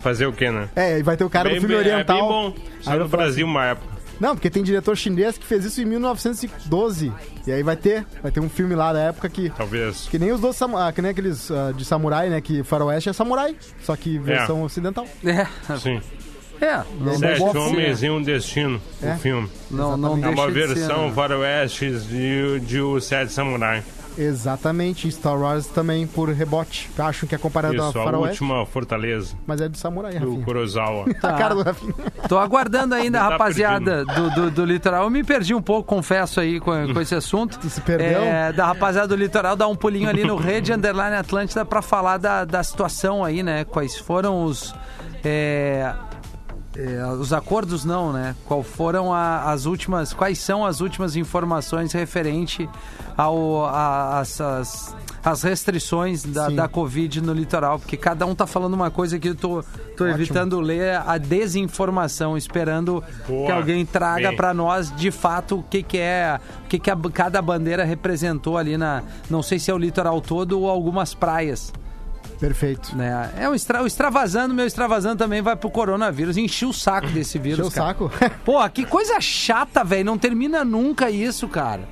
fazer o que, né? É, e vai ter o cara do filme oriental. é bem bom. Só Aí no eu falo assim, Brasil uma época. Não, porque tem diretor chinês que fez isso em 1912. E aí vai ter, vai ter um filme lá da época que Talvez. Que nem os dois samu- ah, que nem aqueles ah, de samurai, né? Que faroeste é samurai, só que versão ocidental. É, Sim. é É não, bom Sete boxe, homens e um destino. É. O filme. não, não É deixa de uma ser, versão né? faroeste de, de O Sete Samurai. Exatamente, e Star Wars também por rebote. Acham que é comparado ao Isso, a faroeste, última fortaleza mas é do samurai, do Rafinha. Kurosawa. Tá a cara do Rafinha. Tô aguardando ainda, Tá rapaziada do, do, do litoral. Eu me perdi um pouco, confesso aí, com, com esse assunto. Tu se perdeu? da rapaziada do litoral, dar um pulinho ali no Rede Underline Atlântida pra falar da, da situação aí, né? Quais foram os. é, é, os acordos não, né? Qual foram a- as últimas, quais são as últimas informações referente ao a- as- as- as restrições da, Sim. da Covid no litoral? Porque cada um tá falando uma coisa que eu tô, tô evitando ler a desinformação, esperando Boa. que alguém traga Bem. pra nós de fato o que, que é, o que, que a- cada bandeira representou ali na, não sei se é o litoral todo ou algumas praias Perfeito. né? É o, extra, o extravasando, meu extravasando também vai pro coronavírus. Enchi o saco desse vírus, Encheu o cara. saco? Porra, que coisa chata, velho. Não termina nunca isso, cara.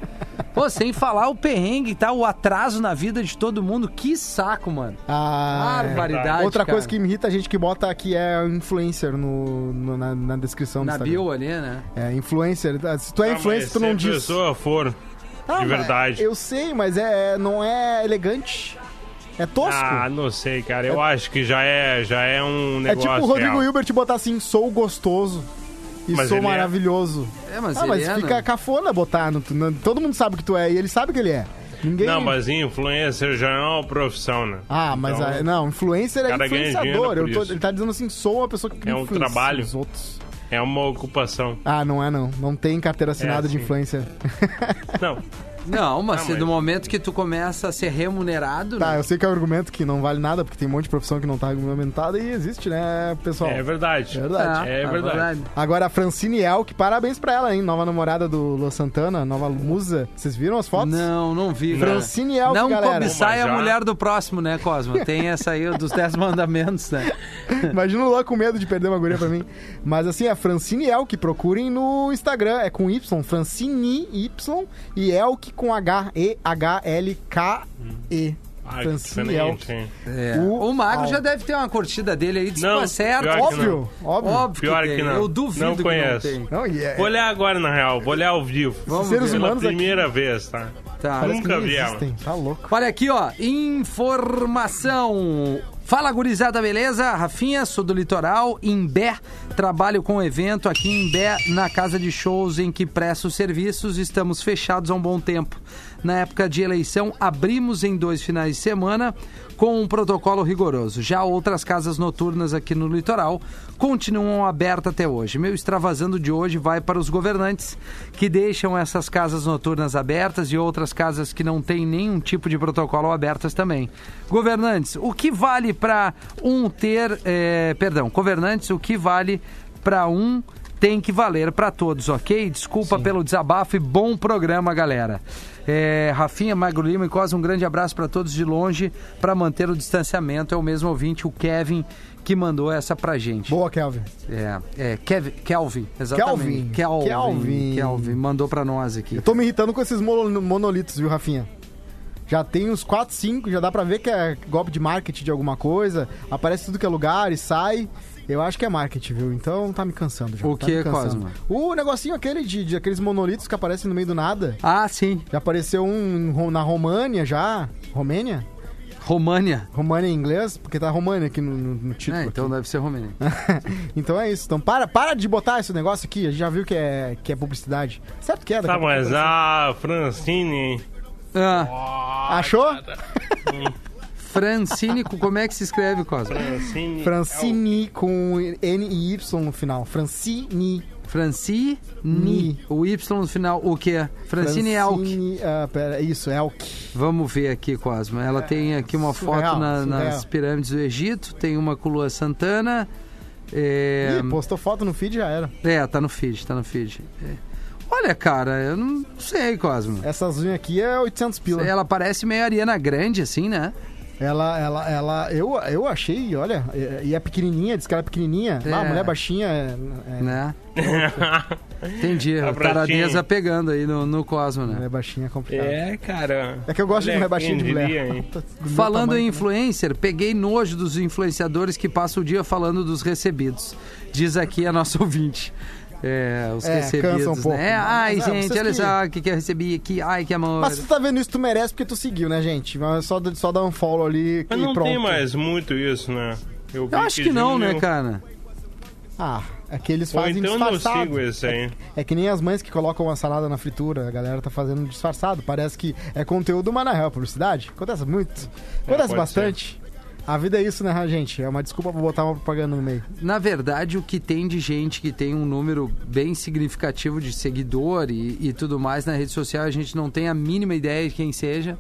Pô, sem falar o perrengue e tal, o atraso na vida de todo mundo. Que saco, mano. Ah, Barbaridade, Outra cara. coisa que me irrita a gente que bota aqui é influencer no, no- na, na descrição do Na Instagram. bio ali, né? É, influencer. Ah, Se tu é influencer, tu não Se a diz. pessoa for Ah, de mas verdade. Eu sei, mas é, não é elegante. É tosco. Ah, não sei, cara. Eu acho que já é, já é um É negócio. tipo o Rodrigo real. Hilbert botar assim, sou gostoso e Mas sou ele é. maravilhoso. É, mas, ah, mas ele é, fica né? cafona botar. No, no- todo mundo sabe que tu é e ele sabe que ele é. Ninguém... Não, mas influencer já é uma profissão, né? Ah, mas Então, ah, não, influencer é o cara ganha influenciador. dinheiro por Eu tô- isso. ele tá dizendo assim, sou uma pessoa que É um influencia trabalho. os outros. É uma ocupação. Ah, não é não. Não tem carteira assinada de É, sim. influencer. Não, Não, mas, Ah, se mas- do momento que tu começa a ser remunerado, tá, né? eu sei que é um argumento que não vale nada, porque tem um monte de profissão que não tá regulamentada e existe, né, pessoal? é verdade. É verdade. É tá verdade. Agora, a Francine Elk, parabéns pra ela, hein? Nova namorada do Lua Santana, nova musa. Vocês viram as fotos? Não, não vi. Não. cara. É Francine Elk, não galera. cobiçai Mas a já- mulher do próximo, né, Cosmo? Tem essa aí dos Dez Mandamentos, né? Imagina o Luan com medo de perder uma guria pra mim. Mas assim, a Francine Elk, procurem no Instagram. É com Y, Francine Y e Elk com H-E-H-L-K-E. Ah, que Francine Elk. diferente, hein? É. O- O Magro Ao. já deve ter uma curtida dele aí, Não, desculpa, certo? pior que Óbvio, óbvio. Óbvio Pior que, que tem. não. Eu duvido Não que conheço. não tem. Não, e é- Vou olhar agora, na real. Vou olhar ao vivo. Vamos seres ver. Pela humanos aqui- primeira vez, tá? Tá. parece que nunca nem vi ela. existem. Tá louco. Olha aqui, ó. Informação. Fala, gurizada, beleza? Rafinha, sou do litoral, Imbé. Trabalho com evento aqui em Imbé, na casa de shows em que presto serviços. Estamos fechados há um bom tempo. Na época de eleição, abrimos em dois finais de semana com um protocolo rigoroso. Já outras casas noturnas aqui no litoral continuam abertas até hoje. Meu extravasando de hoje vai para os governantes que deixam essas casas noturnas abertas e outras casas que não têm nenhum tipo de protocolo abertas também. Governantes, o que vale para um ter. eh, perdão, governantes, o que vale para um tem que valer para todos, ok? Desculpa pelo desabafo e bom programa, galera. É, Rafinha, Magro Lima e Cosa, um grande abraço para todos de longe para manter o distanciamento. É o mesmo ouvinte, o Kevin, que mandou essa pra gente. Boa, Kelvin. É, é Kev, Kelvin, exatamente. Kelvin. Kelvin. Kelvin. Kelvin. mandou pra nós aqui. Eu tô me irritando com esses mono- monolitos, viu, Rafinha? Já tem uns 4, 5, já dá pra ver que é golpe de marketing de alguma coisa. Aparece tudo que é lugar e sai. Eu acho que é marketing, viu? Então tá me cansando já. O tá que, é me cansando. Cosma? O negocinho aquele de, de aqueles monolitos que aparecem no meio do nada. Ah, sim, Já apareceu um em Ro- na România já. Romênia? România. România em inglês, porque tá România aqui no, no- no título. É, então Tipo aqui. deve ser Romênia. então é isso. Então para, para de botar esse negócio aqui. A gente já viu que é, que é publicidade. Certo que é, daqui a Tá, pouco assim. mas aparece. a Francine. Ah, Achou? Francínico, como é que se escreve, Cosma? Francine. Francini com N e Y no final. Francini. Francine, Ni. o Y no final, o que? Francine é Elk. ah, pera, isso, Elk. Vamos ver aqui, Cosma. Ela tem aqui uma É, Surreal, foto na- surreal. nas pirâmides do Egito, tem uma com Lua Santana. É, Ih, postou foto no feed já era. é, tá no feed, tá no feed. É. Olha, cara, eu não sei, Cosma. Essas unhas aqui é 800 pila. Ela, Ela parece meio Ariana Grande, assim, né? ela, ela, eu, eu achei, olha, é- e é pequenininha, diz que ela é pequenininha. É. Ah, mulher baixinha. é- é- Né? Entendi, A a taradeza pratinha. pegando aí no, no Cosmo, né? mulher baixinha é complicado. É, É, cara. que eu gosto de Olha, mulher baixinha de quem mulher. Tá diria, hein? Do meu Falando tamanho em também. influencer, peguei nojo dos influenciadores que passam o dia falando dos recebidos. Diz aqui a nossa ouvinte. É, os É, recebidos, cansa um pouco, né? né? Ai, Mas, ah, gente, vocês olha que- só o que, que eu recebi aqui. Ai, que amor. Mas se tu tá vendo isso, tu merece porque tu seguiu, né, gente? Mas Só, só dá um follow ali Mas e não pronto. tem mais muito isso, né? vi Eu acho que não, né, diminuiu. cara? Ah, é que eles Ou fazem então eu não disfarçado. sigo esse aí. É que nem as mães que colocam a salada na fritura, a galera tá fazendo disfarçado. Parece que é conteúdo, mas na real é publicidade. Acontece muito. Acontece É, pode bastante. A vida é isso, né, gente? É uma desculpa pra botar uma propaganda no meio. Na verdade, o que tem de gente que tem um número bem significativo de seguidor e, e tudo mais na rede social, a gente não tem a mínima ideia de quem seja.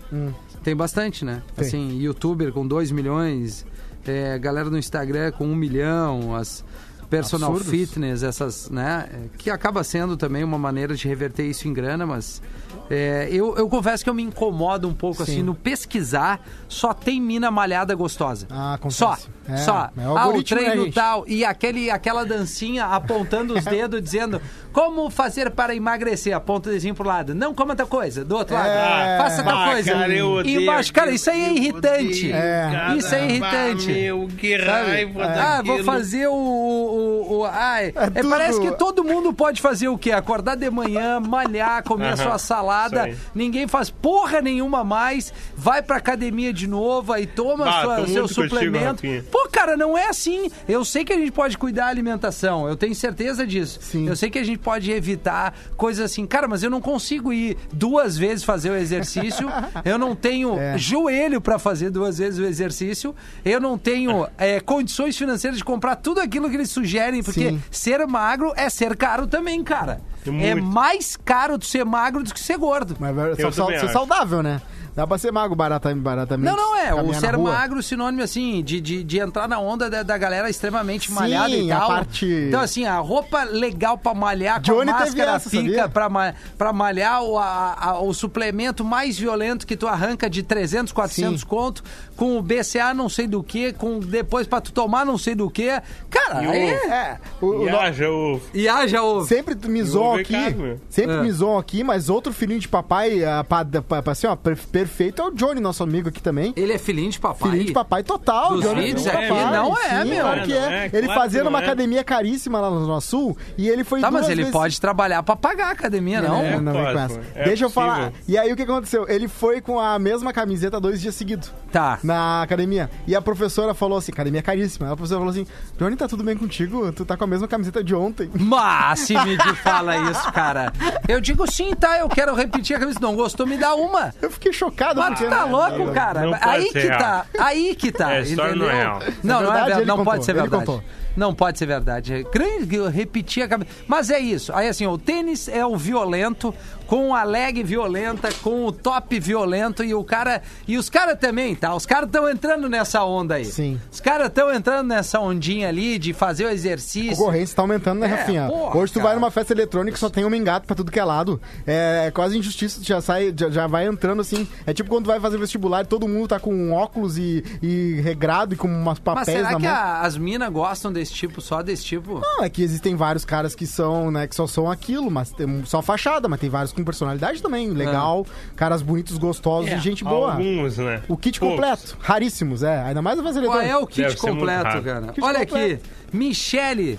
Tem bastante, né? Hum. Tem. Assim, youtuber com 2 milhões, é, galera no Instagram com 1 um milhão, as personal Absurdos. fitness, essas, né? É, Que acaba sendo também uma maneira de reverter isso em grana, mas é, eu, eu confesso que eu me incomodo um pouco, Sim. assim, no pesquisar, só tem mina malhada gostosa. Ah, acontece. Só, É, só. é o ah, o algoritmo, né, treino gente? É. tal. E aquele, aquela dancinha apontando os dedos, dizendo como fazer para emagrecer. Aponta o desenho pro lado. Não coma outra coisa. Do outro lado. É. Faça outra Ah, coisa. cara, eu odeio Embaixo. Cara, isso aí é aquilo. irritante. É. Cara, Isso é irritante. bah, Meu, que Sabe? raiva ah, daquilo. vou fazer o. o, o- ai, é, tudo. parece que todo mundo pode fazer o quê? Acordar de manhã, malhar, comer a Aham, sua salada, isso aí. ninguém faz porra nenhuma mais, vai pra academia de novo, aí toma Bah, sua- tô muito seu contigo, suplemento. Rafinha. Pô, cara, não é assim. Eu sei que a gente pode cuidar da alimentação, eu tenho certeza disso. Sim. Eu sei que a gente pode evitar coisas assim. Cara, mas eu não consigo ir duas vezes fazer o exercício, eu não tenho É. joelho pra fazer duas vezes o exercício, eu não tenho eh, condições financeiras de comprar tudo aquilo que eles sugerem, porque Sim. ser magro é ser caro também, cara. É É muito. mais caro tu ser magro do que ser gordo. Mas vai Eu sal- sal- também ser acho. saudável, né? Dá pra ser mago barata, baratamente. Não, não é. O caminhar na ser rua. magro, sinônimo assim, de, de, de entrar na onda da, da galera extremamente Sim, malhada e a tal. parte- Então, assim, a roupa legal pra malhar, com a Johnny teve máscara essa, fica sabia? pra, ma- pra malhar, o, a- a- o suplemento mais violento que tu arranca de 300, 400 Sim. conto, com o BCA não sei do que, com depois pra tu tomar não sei do que. Cara, E o- aí... É. o- o E ah, no- haja o E haja o... Sempre tu me o zoam aqui. pecado, meu. Sempre É. me zoam aqui, mas outro filhinho de papai, ah, pa- da- pa- assim, ó, per- perfeito é o Johnny, nosso amigo aqui também. Ele é filhinho de papai. Filhinho de papai total, Dos Johnny. vídeos filhinho de aqui? papai. Não é, Sim, meu. Claro que Não é. é, Ele claro fazia que numa não é. academia caríssima lá no Zona Sul e ele foi Tá, mas duas ele vezes- pode trabalhar pra pagar a academia, não? É, não, vem com Pode, essa. é Deixa eu possível. falar. E aí o que aconteceu? Ele foi com a mesma camiseta dois dias seguidos Tá. na academia. E a professora falou assim, academia caríssima. A professora falou assim, Johnny, tá tudo bem contigo? Tu tá com a mesma camiseta de ontem. Mas se me de- fala isso, cara. Eu digo sim, tá? Eu quero repetir a camisa. Não gostou, me dá uma. Eu fiquei chocado. Mas porque- é né? tu tá louco, cara? Não pode aí ser que real. tá. Aí que tá. É, história não é entendeu? real. Não, É não é verdade, verdade. ele Não contou, pode ser ele verdade. contou. Não pode ser verdade. É Grande, eu repeti a cabeça. Mas é isso. Aí assim, o tênis é o violento, com a leg violenta, com o top violento e o cara. E os caras também, tá? Os caras estão entrando nessa onda aí. Sim. Os caras estão entrando nessa ondinha ali de fazer o A exercício. concorrência tá aumentando, né, É, Rafinha? porra, Hoje tu cara. vai numa festa eletrônica e só tem um engato pra tudo que é lado. É, é quase injustiça, tu já sai, já, já vai entrando assim. É tipo quando tu vai fazer vestibular e todo mundo tá com óculos e, e regrado e com umas papéis Mas será na que mão. a- as minas gostam desse tipo, só desse tipo? Não, é que existem vários caras que são, né, que só são aquilo, mas tem um só fachada, mas tem vários com personalidade também, legal, É. caras bonitos, gostosos e gente boa. Alguns, né? O kit Poucos. completo, raríssimos, é. Ainda mais a fase Qual é eletrônica. o kit Deve ser muito completo, raro. cara? Kit Olha completo. aqui, Michele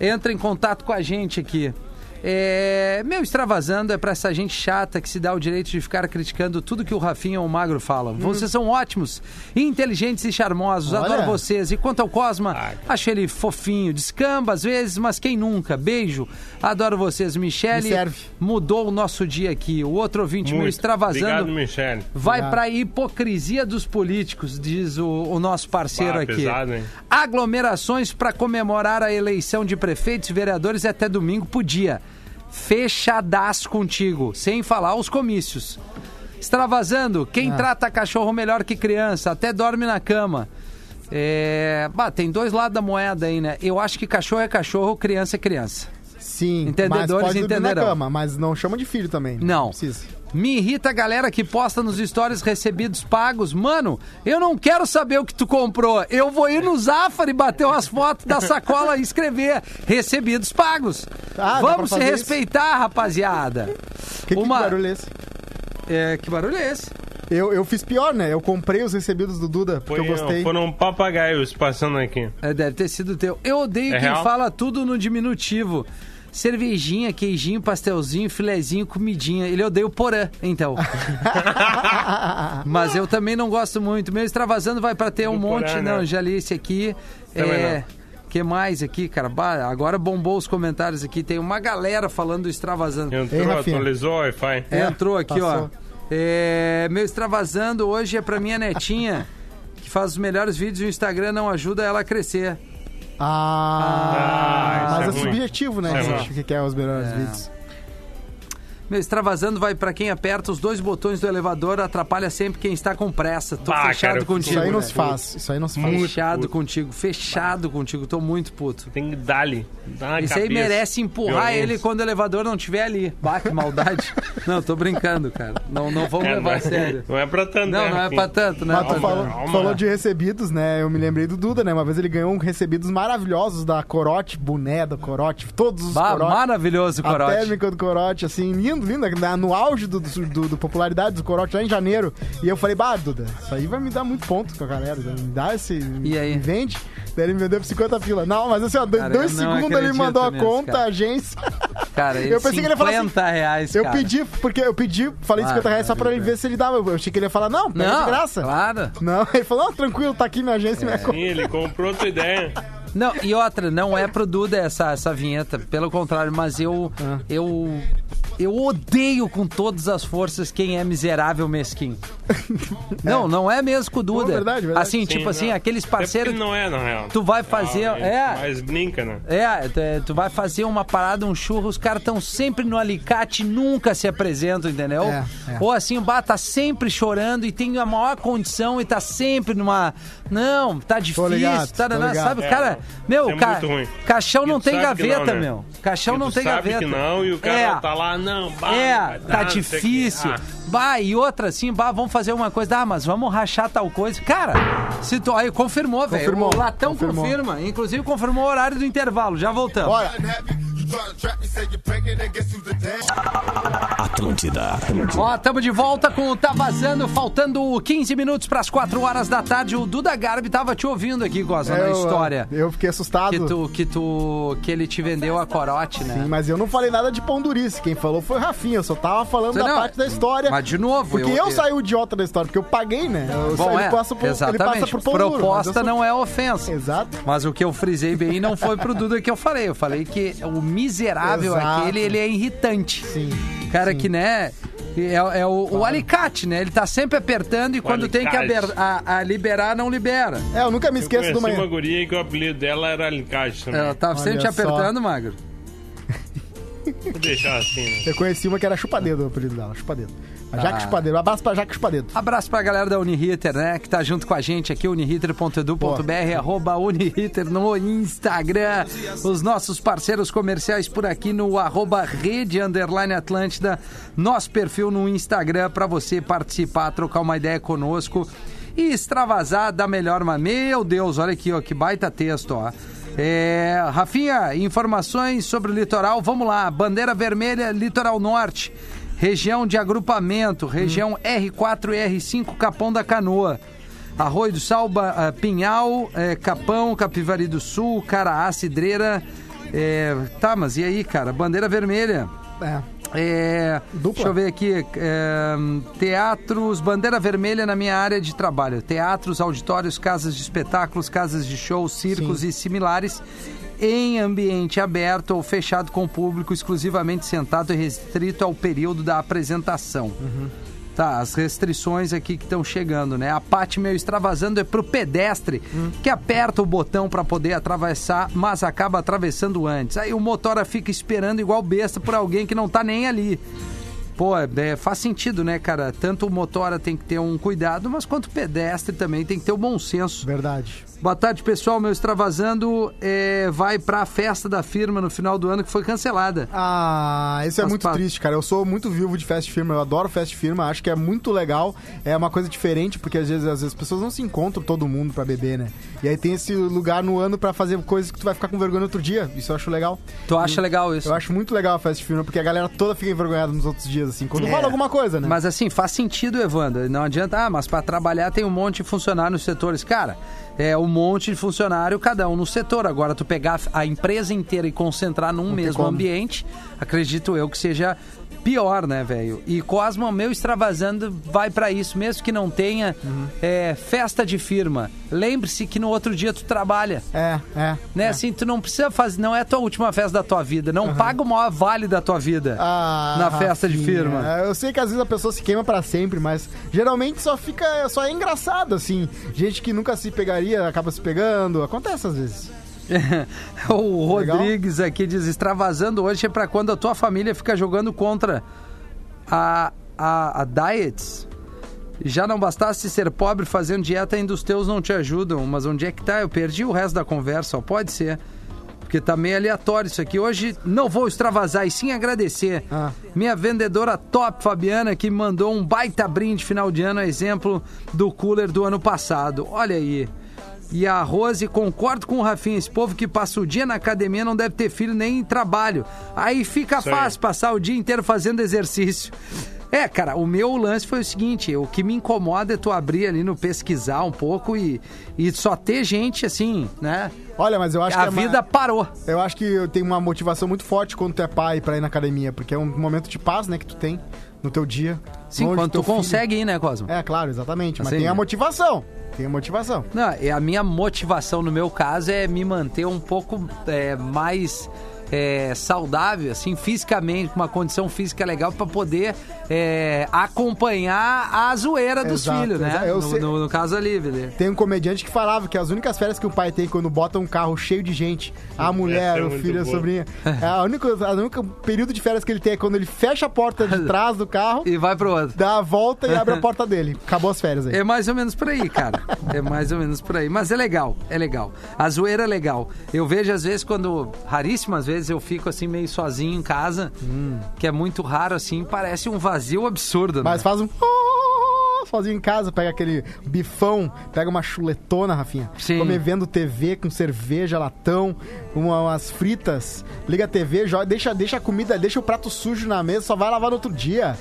entra em contato com a gente aqui. É, meu extravasando é pra essa gente chata que se dá o direito de ficar criticando tudo que o Rafinha ou o Magro falam. Vocês são ótimos, inteligentes e charmosos. Hum. Olha. Adoro vocês. E quanto ao Cosma, Ai. acho ele fofinho, descamba às vezes, mas quem nunca? Beijo. Adoro vocês, Michele. Me serve. Mudou o nosso dia aqui. O outro ouvinte meu Muito. extravasando Obrigado, Michele. Vai Obrigado. pra hipocrisia dos políticos, diz o, o nosso parceiro Bah, aqui. Ah, pesado, hein? Aglomerações para comemorar a eleição de prefeitos e vereadores até domingo podia. Fechadas contigo, sem falar os comícios. Extravasando, quem trata cachorro melhor que criança, até dorme na cama. É... Bah, tem dois lados da moeda aí, né? Eu acho que cachorro é cachorro, criança é criança. Sim, mas Entendedores pode dormir na entenderão. cama, mas não chama de filho também. Não. Precisa. Me irrita a galera que posta nos stories recebidos pagos. Mano, eu não quero saber o que tu comprou. Eu vou ir no Zafari bater umas fotos da sacola e escrever recebidos pagos. Ah, dá pra Vamos se fazer isso? respeitar, rapaziada. Que, que Uma- barulho é esse? É, que barulho é esse? Eu, eu fiz pior, né? Eu comprei os recebidos do Duda, porque Foi, eu gostei. Foram papagaios passando aqui. É, deve ter sido teu. Eu odeio É quem real? fala tudo no diminutivo. Cervejinha, queijinho, pastelzinho, filezinho, comidinha. Ele odeia o porã, então. Mas eu também não gosto muito. Meu extravasando vai pra ter um Do monte, Porã, né? não. Já li esse aqui. Também é... que mais aqui, cara? Bah, agora bombou os comentários aqui. Tem uma galera falando do extravasando. Entrou, Ei, Rafinha. atualizou o Wi-Fi. É, Entrou aqui, passou. ó. É, meu extravasando hoje é pra minha netinha, que faz os melhores vídeos e o Instagram não ajuda ela a crescer. Ah, mas Ah, isso é, é ruim. subjetivo, né, Isso é gente? ruim. O que que é os melhores vídeos? Meu, extravasando vai pra quem aperta os dois botões do elevador, atrapalha sempre quem está com pressa. Tô Ah, Bah, fechado cara, eu- contigo. Isso aí não velho. se faz. Isso aí não se faz. é. Muito Fechado puto. contigo, fechado contigo, tô muito puto. Tem que dar-lhe. Dá na Isso aí cabeça. merece empurrar Violência. ele quando o elevador não estiver ali. Bah, que maldade. não, tô brincando, cara. Não, não vamos É, não, né? levar a sério. é, não é pra Não, tanto. né, não é Rafinha? pra tanto, né? assim. Mas tu Calma, falou, tu calma. falou de recebidos, né? Eu me lembrei do Duda, né? Uma vez ele ganhou um recebidos maravilhosos da Corote, boné da Corote, todos os Bah, Corote. maravilhoso, A Corote. térmica do Corote, assim, lindo, lindo, na- no auge do, do, do- do popularidade do Corote lá em janeiro. E eu falei, bah, Duda, isso aí vai me dar muito ponto com a galera. né? Me dá esse. E aí? Me vende. Daí ele me vendeu por 50 pila. Não, mas assim, ó, Cara, dois eu não segundos ele acredito mandou a nisso, conta, cara. a agência. Cara, Eu pensei que ele ia falar assim, 50 reais, Eu cara. pedi, porque eu pedi, falei Ah, 50 reais só pra ele ver se ele dava. Eu achei que ele ia falar, não, pega Não, de graça. claro. É. Não, ele falou, não, tranquilo, tá aqui minha agência, minha conta. Sim, ele comprou tua ideia. Não, e outra, não é pro Duda essa, essa vinheta, pelo contrário, mas eu, eu eu odeio com todas as forças quem é miserável mesquinho. Não, não é mesmo com o Duda. Não, verdade, verdade. Assim, tipo Sim, assim, não. aqueles Até parceiros porque não é, na real. que tu vai fazer, Ah, é, Mas brinca, né? é, tu- é, tu vai fazer uma parada, um churro, os caras estão sempre no alicate, nunca se apresentam, entendeu? É, é. Ou assim, o Bah tá sempre chorando e tem a maior condição e tá sempre numa. Não, tá difícil, ligado, tá, tô não, ligado. sabe? É, cara, meu, é cara, muito ruim. caixão E não tu tem sabe que não, gaveta, né? meu. Caixão E não tu tem sabe gaveta. que não, e o cara tá lá, não, bah, não É, vai dar, tá Ah, não sei o quê. difícil. Ah, Bah, e outra assim, bah, vamos fazer uma coisa. Ah, mas vamos rachar tal coisa. Cara, se tu, aí confirmou, velho. Confirmou, O Latão confirmou. confirma. Inclusive confirmou o horário do intervalo. Já voltamos. Bora. Atlântida, Atlântida. Ó, tamo de volta com o Tá Vazando, faltando 15 minutos pras 4 horas da tarde. O Duda Garbi tava te ouvindo aqui, Gosta, na Eu- história. Eu fiquei assustado. Que tu, que tu, que ele te vendeu a corote, né? Sim, mas eu não falei nada de pão durice. Quem falou foi o Rafinha. Eu só tava falando Você da não, parte da história. Mas de novo, Porque eu, eu- saí o idiota da história, porque eu paguei, né? Eu, Bom, ele, é, passa por, ele exatamente. passa por pão duro, mas Proposta eu sou- não é ofensa. Exato. Mas o que eu frisei bem não foi pro Duda que eu falei. Eu falei que o miserável Exato. aquele, ele é irritante. Sim. O cara que, né... É, é o, o alicate, né? Ele tá sempre apertando e quando tem que alicate. aber- a- a liberar, não libera. É, eu nunca me Eu esqueço do conheci uma manhã. guria que o apelido dela era Alicate também. Ela tá Olha sempre te só. apertando, Magro. Vou deixar assim, né? Eu conheci uma que era chupadedo, o apelido dela, chupadedo. A Jaque Ah. Chupadedo. Um abraço pra Jaque Chupadedo. Abraço pra galera da Uniriter, né? Que tá junto com a gente aqui, uniriter.edu.br, arroba Uniriter no Instagram. Os nossos parceiros comerciais por aqui no arroba Rede Underline Atlântida. Nosso perfil no Instagram pra você participar, trocar uma ideia conosco e extravasar da melhor maneira. Meu Deus, olha aqui, ó, que baita texto, ó. É, Rafinha, informações sobre o litoral, vamos lá. Bandeira vermelha, litoral norte. Região de agrupamento, região R4 e R5, Capão da Canoa. Arroio do Sal, Ba- ah, Pinhal, eh, Capão, Capivari do Sul, Caraá, Cidreira. eh, tá, mas e aí, cara? Bandeira vermelha. É. É, Dupla. Deixa eu ver aqui. é, teatros, bandeira vermelha na minha área de trabalho. Teatros, auditórios, casas de espetáculos, casas de shows, circos e similares. Em ambiente aberto ou fechado com o público, exclusivamente sentado e restrito ao período da apresentação. Tá, as restrições aqui que estão chegando, né? A parte meio extravasando é pro pedestre que aperta o botão pra poder atravessar, mas acaba atravessando antes. Aí o motora fica esperando igual besta por alguém que não tá nem ali. Pô, é- é, faz sentido, né, cara? Tanto o motora tem que ter um cuidado, mas quanto o pedestre também tem que ter o bom senso. Verdade. Boa tarde, pessoal. Meu extravasando é, vai pra festa da firma no final do ano que foi cancelada. Ah, isso é Mas muito pa- triste, cara. Eu sou muito vivo de fast firma, eu adoro fast firma, acho que é muito legal. É uma coisa diferente, porque às vezes, às vezes as pessoas não se encontram todo mundo pra beber, né? E aí tem esse lugar no ano pra fazer coisas que tu vai ficar com vergonha outro dia. Isso eu acho legal. Tu acha legal isso? Eu acho muito legal a fast firma, porque a galera toda fica envergonhada nos outros dias, assim, quando rola alguma coisa, né? É. Mas assim, faz sentido, Evandro. Não adianta, ah, mas para trabalhar tem um monte de funcionário nos setores. Cara, é um monte de funcionário, cada um no setor. Agora, tu pegar a empresa inteira e concentrar num tem mesmo como. ambiente, acredito eu que seja pior, né, velho? E Cosmo, meu extravasando, vai pra isso, mesmo que não tenha Uhum. é, festa de firma. Lembre-se que no outro dia tu trabalha. É, é. Né, assim, tu não precisa fazer, não é a tua última festa da tua vida, não paga o maior vale da tua vida Ah, na festa de Rafinha, É, firma. Eu sei que às vezes a pessoa se queima pra sempre, mas geralmente só fica, só é engraçado assim. Gente que nunca se pegaria acaba se pegando, acontece às vezes. o Legal. Rodrigues aqui diz: extravasando hoje é pra quando a tua família fica jogando contra a, a, a Diets. Já não bastasse ser pobre fazendo dieta, ainda os teus não te ajudam. Mas onde é que tá? Eu perdi o resto da conversa, ó. pode ser. Porque tá meio aleatório isso aqui. Hoje não vou extravasar e sim agradecer. Ah. Minha vendedora top, Fabiana, que mandou um baita brinde final de ano, a exemplo do cooler do ano passado. Olha aí. E a Rose, concordo com o Rafinha, esse povo que passa o dia na academia não deve ter filho nem trabalho. Aí fica aí. fácil passar o dia inteiro fazendo exercício. É, cara, o meu lance foi o seguinte, o que me incomoda é tu abrir ali no pesquisar um pouco e, e só ter gente assim, né? Olha, mas eu acho a que é ma- vida parou. Eu acho que tem uma motivação muito forte quando tu é pai pra ir na academia, porque é um momento de paz, né, que tu tem no teu dia. Sim, longe do quando teu tu filho. consegue ir, né, Cosmo? É, claro, exatamente. Mas Assim, tem a né? motivação. Tem a motivação. Não, e a minha motivação no meu caso é me manter um pouco é, mais é, saudável, assim, fisicamente, com uma condição física legal pra poder é, acompanhar a zoeira dos Exato, filhos, exato. né? Eu No, sei- no- no caso ali, Vili. Tem um comediante que falava que as únicas férias que o pai tem quando bota um carro cheio de gente, a mulher, é o muito filho, a boa. sobrinha, é a única, a única período de férias que ele tem é quando ele fecha a porta de trás do carro, E vai pro outro. dá a volta e abre a porta dele. Acabou as férias aí. É mais ou menos por aí, cara. É mais ou menos por aí. Mas é legal, é legal. A zoeira é legal. Eu vejo, às vezes, quando. Raríssimas vezes eu fico assim, meio sozinho em Hum. casa, que é muito raro, assim, parece um vazio absurdo, né? Mas faz um. sozinho em casa, pega aquele bifão, pega uma chuletona, Rafinha. Sim. Come vendo TV com cerveja, latão, uma- umas fritas. Liga a TV, joga, deixa, deixa a comida, deixa o prato sujo na mesa, só vai lavar no outro dia.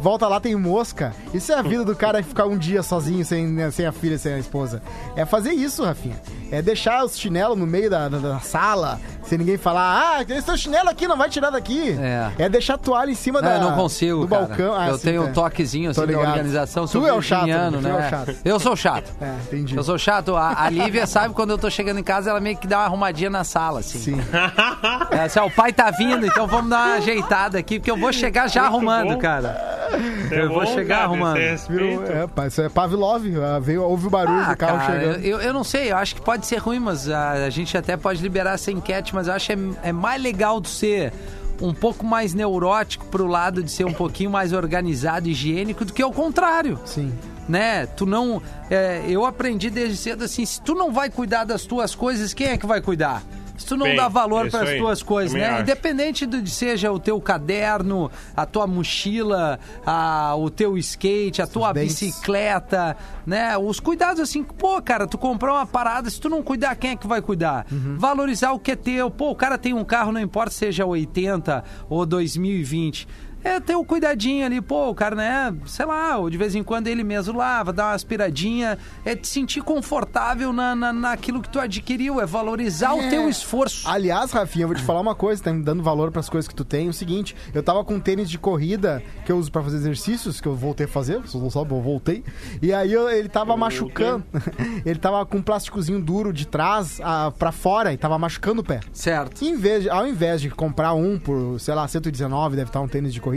Volta lá, tem mosca. Isso é a vida do cara ficar um dia sozinho, sem, né, sem a filha, sem a esposa. É fazer isso, Rafinha. É deixar os chinelos no meio da, da- da sala, sem ninguém falar, ah, tem seu chinelo aqui, não vai tirar daqui. É. deixar a toalha em cima Não, da, eu não consigo, Ah, do cara. balcão. Ah, eu sim, tenho tá. um toquezinho Tô assim da ligado. organização. sou Tu é o chato, virginiano, tu é o né? chato. Eu sou o chato. É, entendi. Eu sou chato. A, a Lívia sabe quando eu tô chegando em casa, ela meio que dá uma arrumadinha na sala, assim. Sim. É, assim, ó, o pai tá vindo, então vamos dar uma ajeitada aqui, porque eu vou chegar já Muito arrumando, bom. cara. Isso Eu é vou bom, chegar cara, arrumando. isso é respeito. Virou, é, pá, isso é Pavlov, ah, veio, ouve o barulho Ah, do carro cara, eu, chegando. eu- eu não sei, eu acho que pode ser ruim, mas a, a gente até pode liberar essa enquete, mas eu acho que é, é mais legal de ser um pouco mais neurótico pro lado de ser um pouquinho mais organizado, higiênico, do que o contrário. Sim. né? Tu não. é, eu aprendi desde cedo assim: se tu não vai cuidar das tuas coisas, quem é que vai cuidar? Se tu não Bem, dá valor isso para as aí, tuas coisas, também né? acho. Independente do de seja o teu caderno, a tua mochila, a- o teu skate, a tua dentes. bicicleta, né? Os cuidados assim, pô, cara, tu comprou uma parada, se tu não cuidar, quem é que vai cuidar? Valorizar o que é teu. Pô, o cara tem um carro, não importa se seja 80 ou 2020. É ter o cuidadinho ali, pô, o cara, né? Sei lá, ou de vez em quando ele mesmo lava, dá uma aspiradinha. É te sentir confortável na, na, naquilo que tu adquiriu, é valorizar o teu esforço. Aliás, Rafinha, eu vou te falar uma coisa, tá me dando valor pras coisas que tu tem. É O seguinte, eu tava com um tênis de corrida que eu uso pra fazer exercícios, que eu voltei a fazer, só só- eu voltei. E aí eu- ele tava machucando, ele tava com um plásticozinho duro de trás ah, pra fora e tava machucando o pé. Certo. Em vez de- ao invés de comprar um por, sei lá, 119, deve estar um tênis de corrida,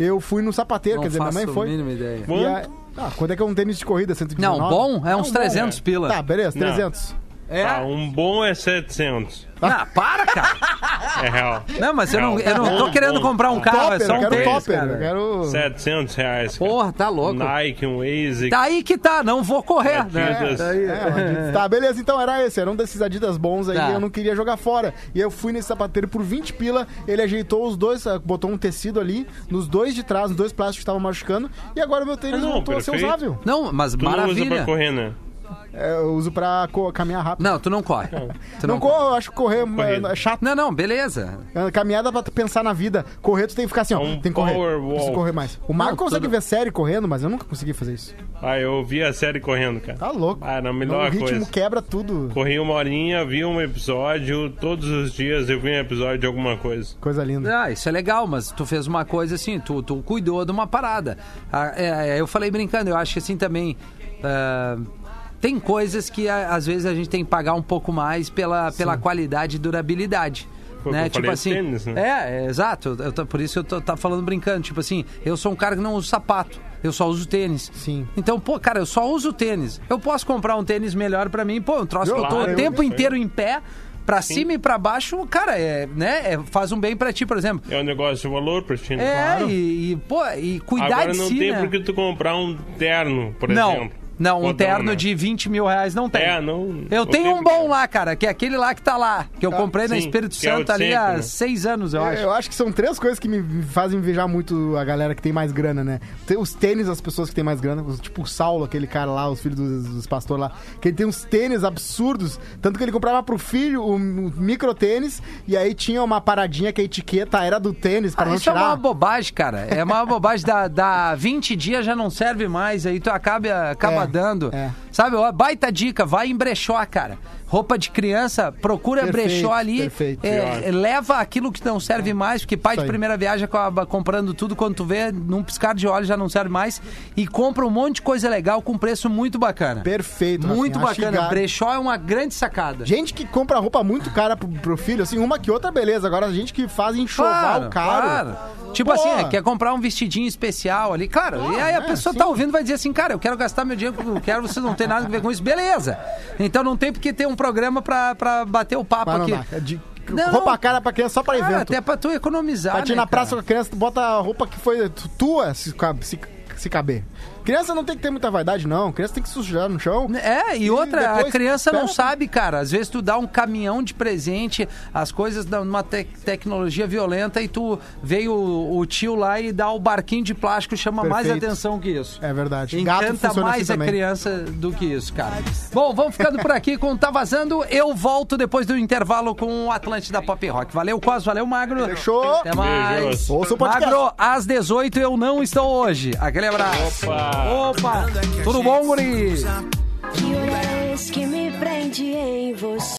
eu fui no sapateiro, Não quer dizer, minha faço mãe foi. a mínima ideia. E aí- ah, quanto é que é um tênis de corrida? 119? Não, bom é uns um 300 pila. Tá, beleza, Não. 300. É? Ah, um bom é 700. Ah, para, cara! É real. Não, mas eu não, Não, eu não tô bom, querendo bom. comprar um carro, é tá topper, só um eu quero tênis, topper, cara. eu quero... 700 reais. cara. Porra, tá louco. Nike, um Waze. Tá aí que tá, não vou correr. Né? Adidas. É, um Adidas. tá, beleza, então era esse, era um desses Adidas bons aí, Tá. eu não queria jogar fora. E eu fui nesse sapateiro por 20 pila, ele ajeitou os dois, ah, botou um tecido ali, nos dois de trás, nos dois plásticos que estavam machucando, e agora meu tênis Ah, não, voltou a ser perfeito. usável. Não, mas Tu não usa pra maravilha. correr, né? É, eu uso pra co- caminhar rápido. Não, tu não corre. Tu Não, não, corre. corro, eu acho que correr Corrida. é, é chato. Não, não, beleza. É, Caminhada pra tu pensar na vida. Correr, tu tem que ficar assim, ó. É um tem que correr. power Preciso walk. correr mais. O Marco Não, consegue tudo- ver série correndo, mas eu nunca consegui fazer isso. Ah, eu vi a série correndo, cara. Tá louco. Ah, era a o melhor ritmo coisa. quebra tudo. Corri uma horinha, vi um episódio, todos os dias eu vi um episódio de alguma coisa. Coisa linda. Ah, isso é legal, mas tu fez uma coisa assim, tu, tu cuidou de uma parada. Ah, é, é, eu falei brincando, eu acho que assim também. ah, tem coisas que a- às vezes a gente tem que pagar um pouco mais pela, pela qualidade e durabilidade. Foi o né? que eu falei, tênis, né? É, é, exato. Eu tô- por isso eu tô, tá falando brincando. Tipo assim, eu sou um cara que não uso sapato. Eu só uso tênis. Sim. Então, pô, cara, eu só uso tênis. Eu posso comprar um tênis melhor pra mim. Pô, um troço que eu tô Claro, o tempo isso aí. inteiro em pé. Pra cima e pra baixo, cara, é, né? é- faz um bem pra ti, por exemplo. É um negócio de valor pra ti, né? É, e, e, pô, e cuidar Agora de não si, tem né? por que tu comprar um terno, por Não, exemplo. não, um Fodão, terno né? de 20 mil reais não tem. É, não- Eu tenho não tem um bom porque- lá, cara, que é aquele lá que tá lá, que eu comprei no sim, Espírito que é o Santo de ali sempre, há né? seis anos, eu acho. Eu acho que são três coisas que me fazem invejar muito a galera que tem mais grana, né? Tem os tênis das pessoas que têm mais grana, os- tipo o Saulo, aquele cara lá, os filhos dos, dos pastores lá, que ele tem uns tênis absurdos, tanto que ele comprava pro filho um, um micro tênis, e aí tinha uma paradinha que a etiqueta era do tênis pra Ah, não isso é tirar. uma bobagem, cara. É uma bobagem. Da, da 20 dias já não serve mais, aí tu acaba, acaba É, dando. é. Sabe, ó, baita dica, vai em brechó, cara. Roupa de criança, procura Perfeito, brechó ali. perfeito. É. é, leva aquilo que não serve mais, porque pai Isso de aí. primeira viagem acaba comprando tudo, quando tu vê, num piscar de olhos já não serve mais. E compra um monte de coisa legal com preço muito bacana. Perfeito, Muito Rafinha, acho bacana. que- Brechó é uma grande sacada. Gente que compra roupa muito cara pro, pro filho, assim, uma que outra, beleza. Agora, gente que faz enxoval Claro, caro. claro. Tipo Pô. assim, quer comprar um vestidinho especial ali. Claro, e aí a né, pessoa tá ouvindo e vai dizer assim, cara, eu quero gastar meu dinheiro, eu quero, vocês não tem nada a ver com isso. Beleza. Então não tem porque ter um programa pra, pra bater o papo Mas não aqui. dá. É de- Não, roupa não. cara pra criança só pra Cara, evento. até pra tu economizar, Tá te né, na cara? praça com a criança, tu bota a roupa que foi tu- tua se, cab- se, se caber. Criança não tem que ter muita vaidade, não. Criança tem que sujar no chão. É, e E outra, a depois criança não pega. sabe, cara. Às vezes tu dá um caminhão de presente, as coisas dão uma te- tecnologia violenta e tu veio o, o tio lá e dá o barquinho de plástico, chama mais Perfeito. atenção que isso. É verdade. Gato Encanta funciona mais assim a também. criança do que isso, cara. Bom, vamos ficando por aqui com o Tá Vazando. Eu volto depois do intervalo com o Atlântida Pop Rock. Valeu, Cos, valeu, Magro. Fechou. Até mais. Beijos. Ouça o podcast. Magro, às 18 eu não estou hoje. Aquele abraço. Opa. Opa, tudo bom, guri? Que horas que me prende em você.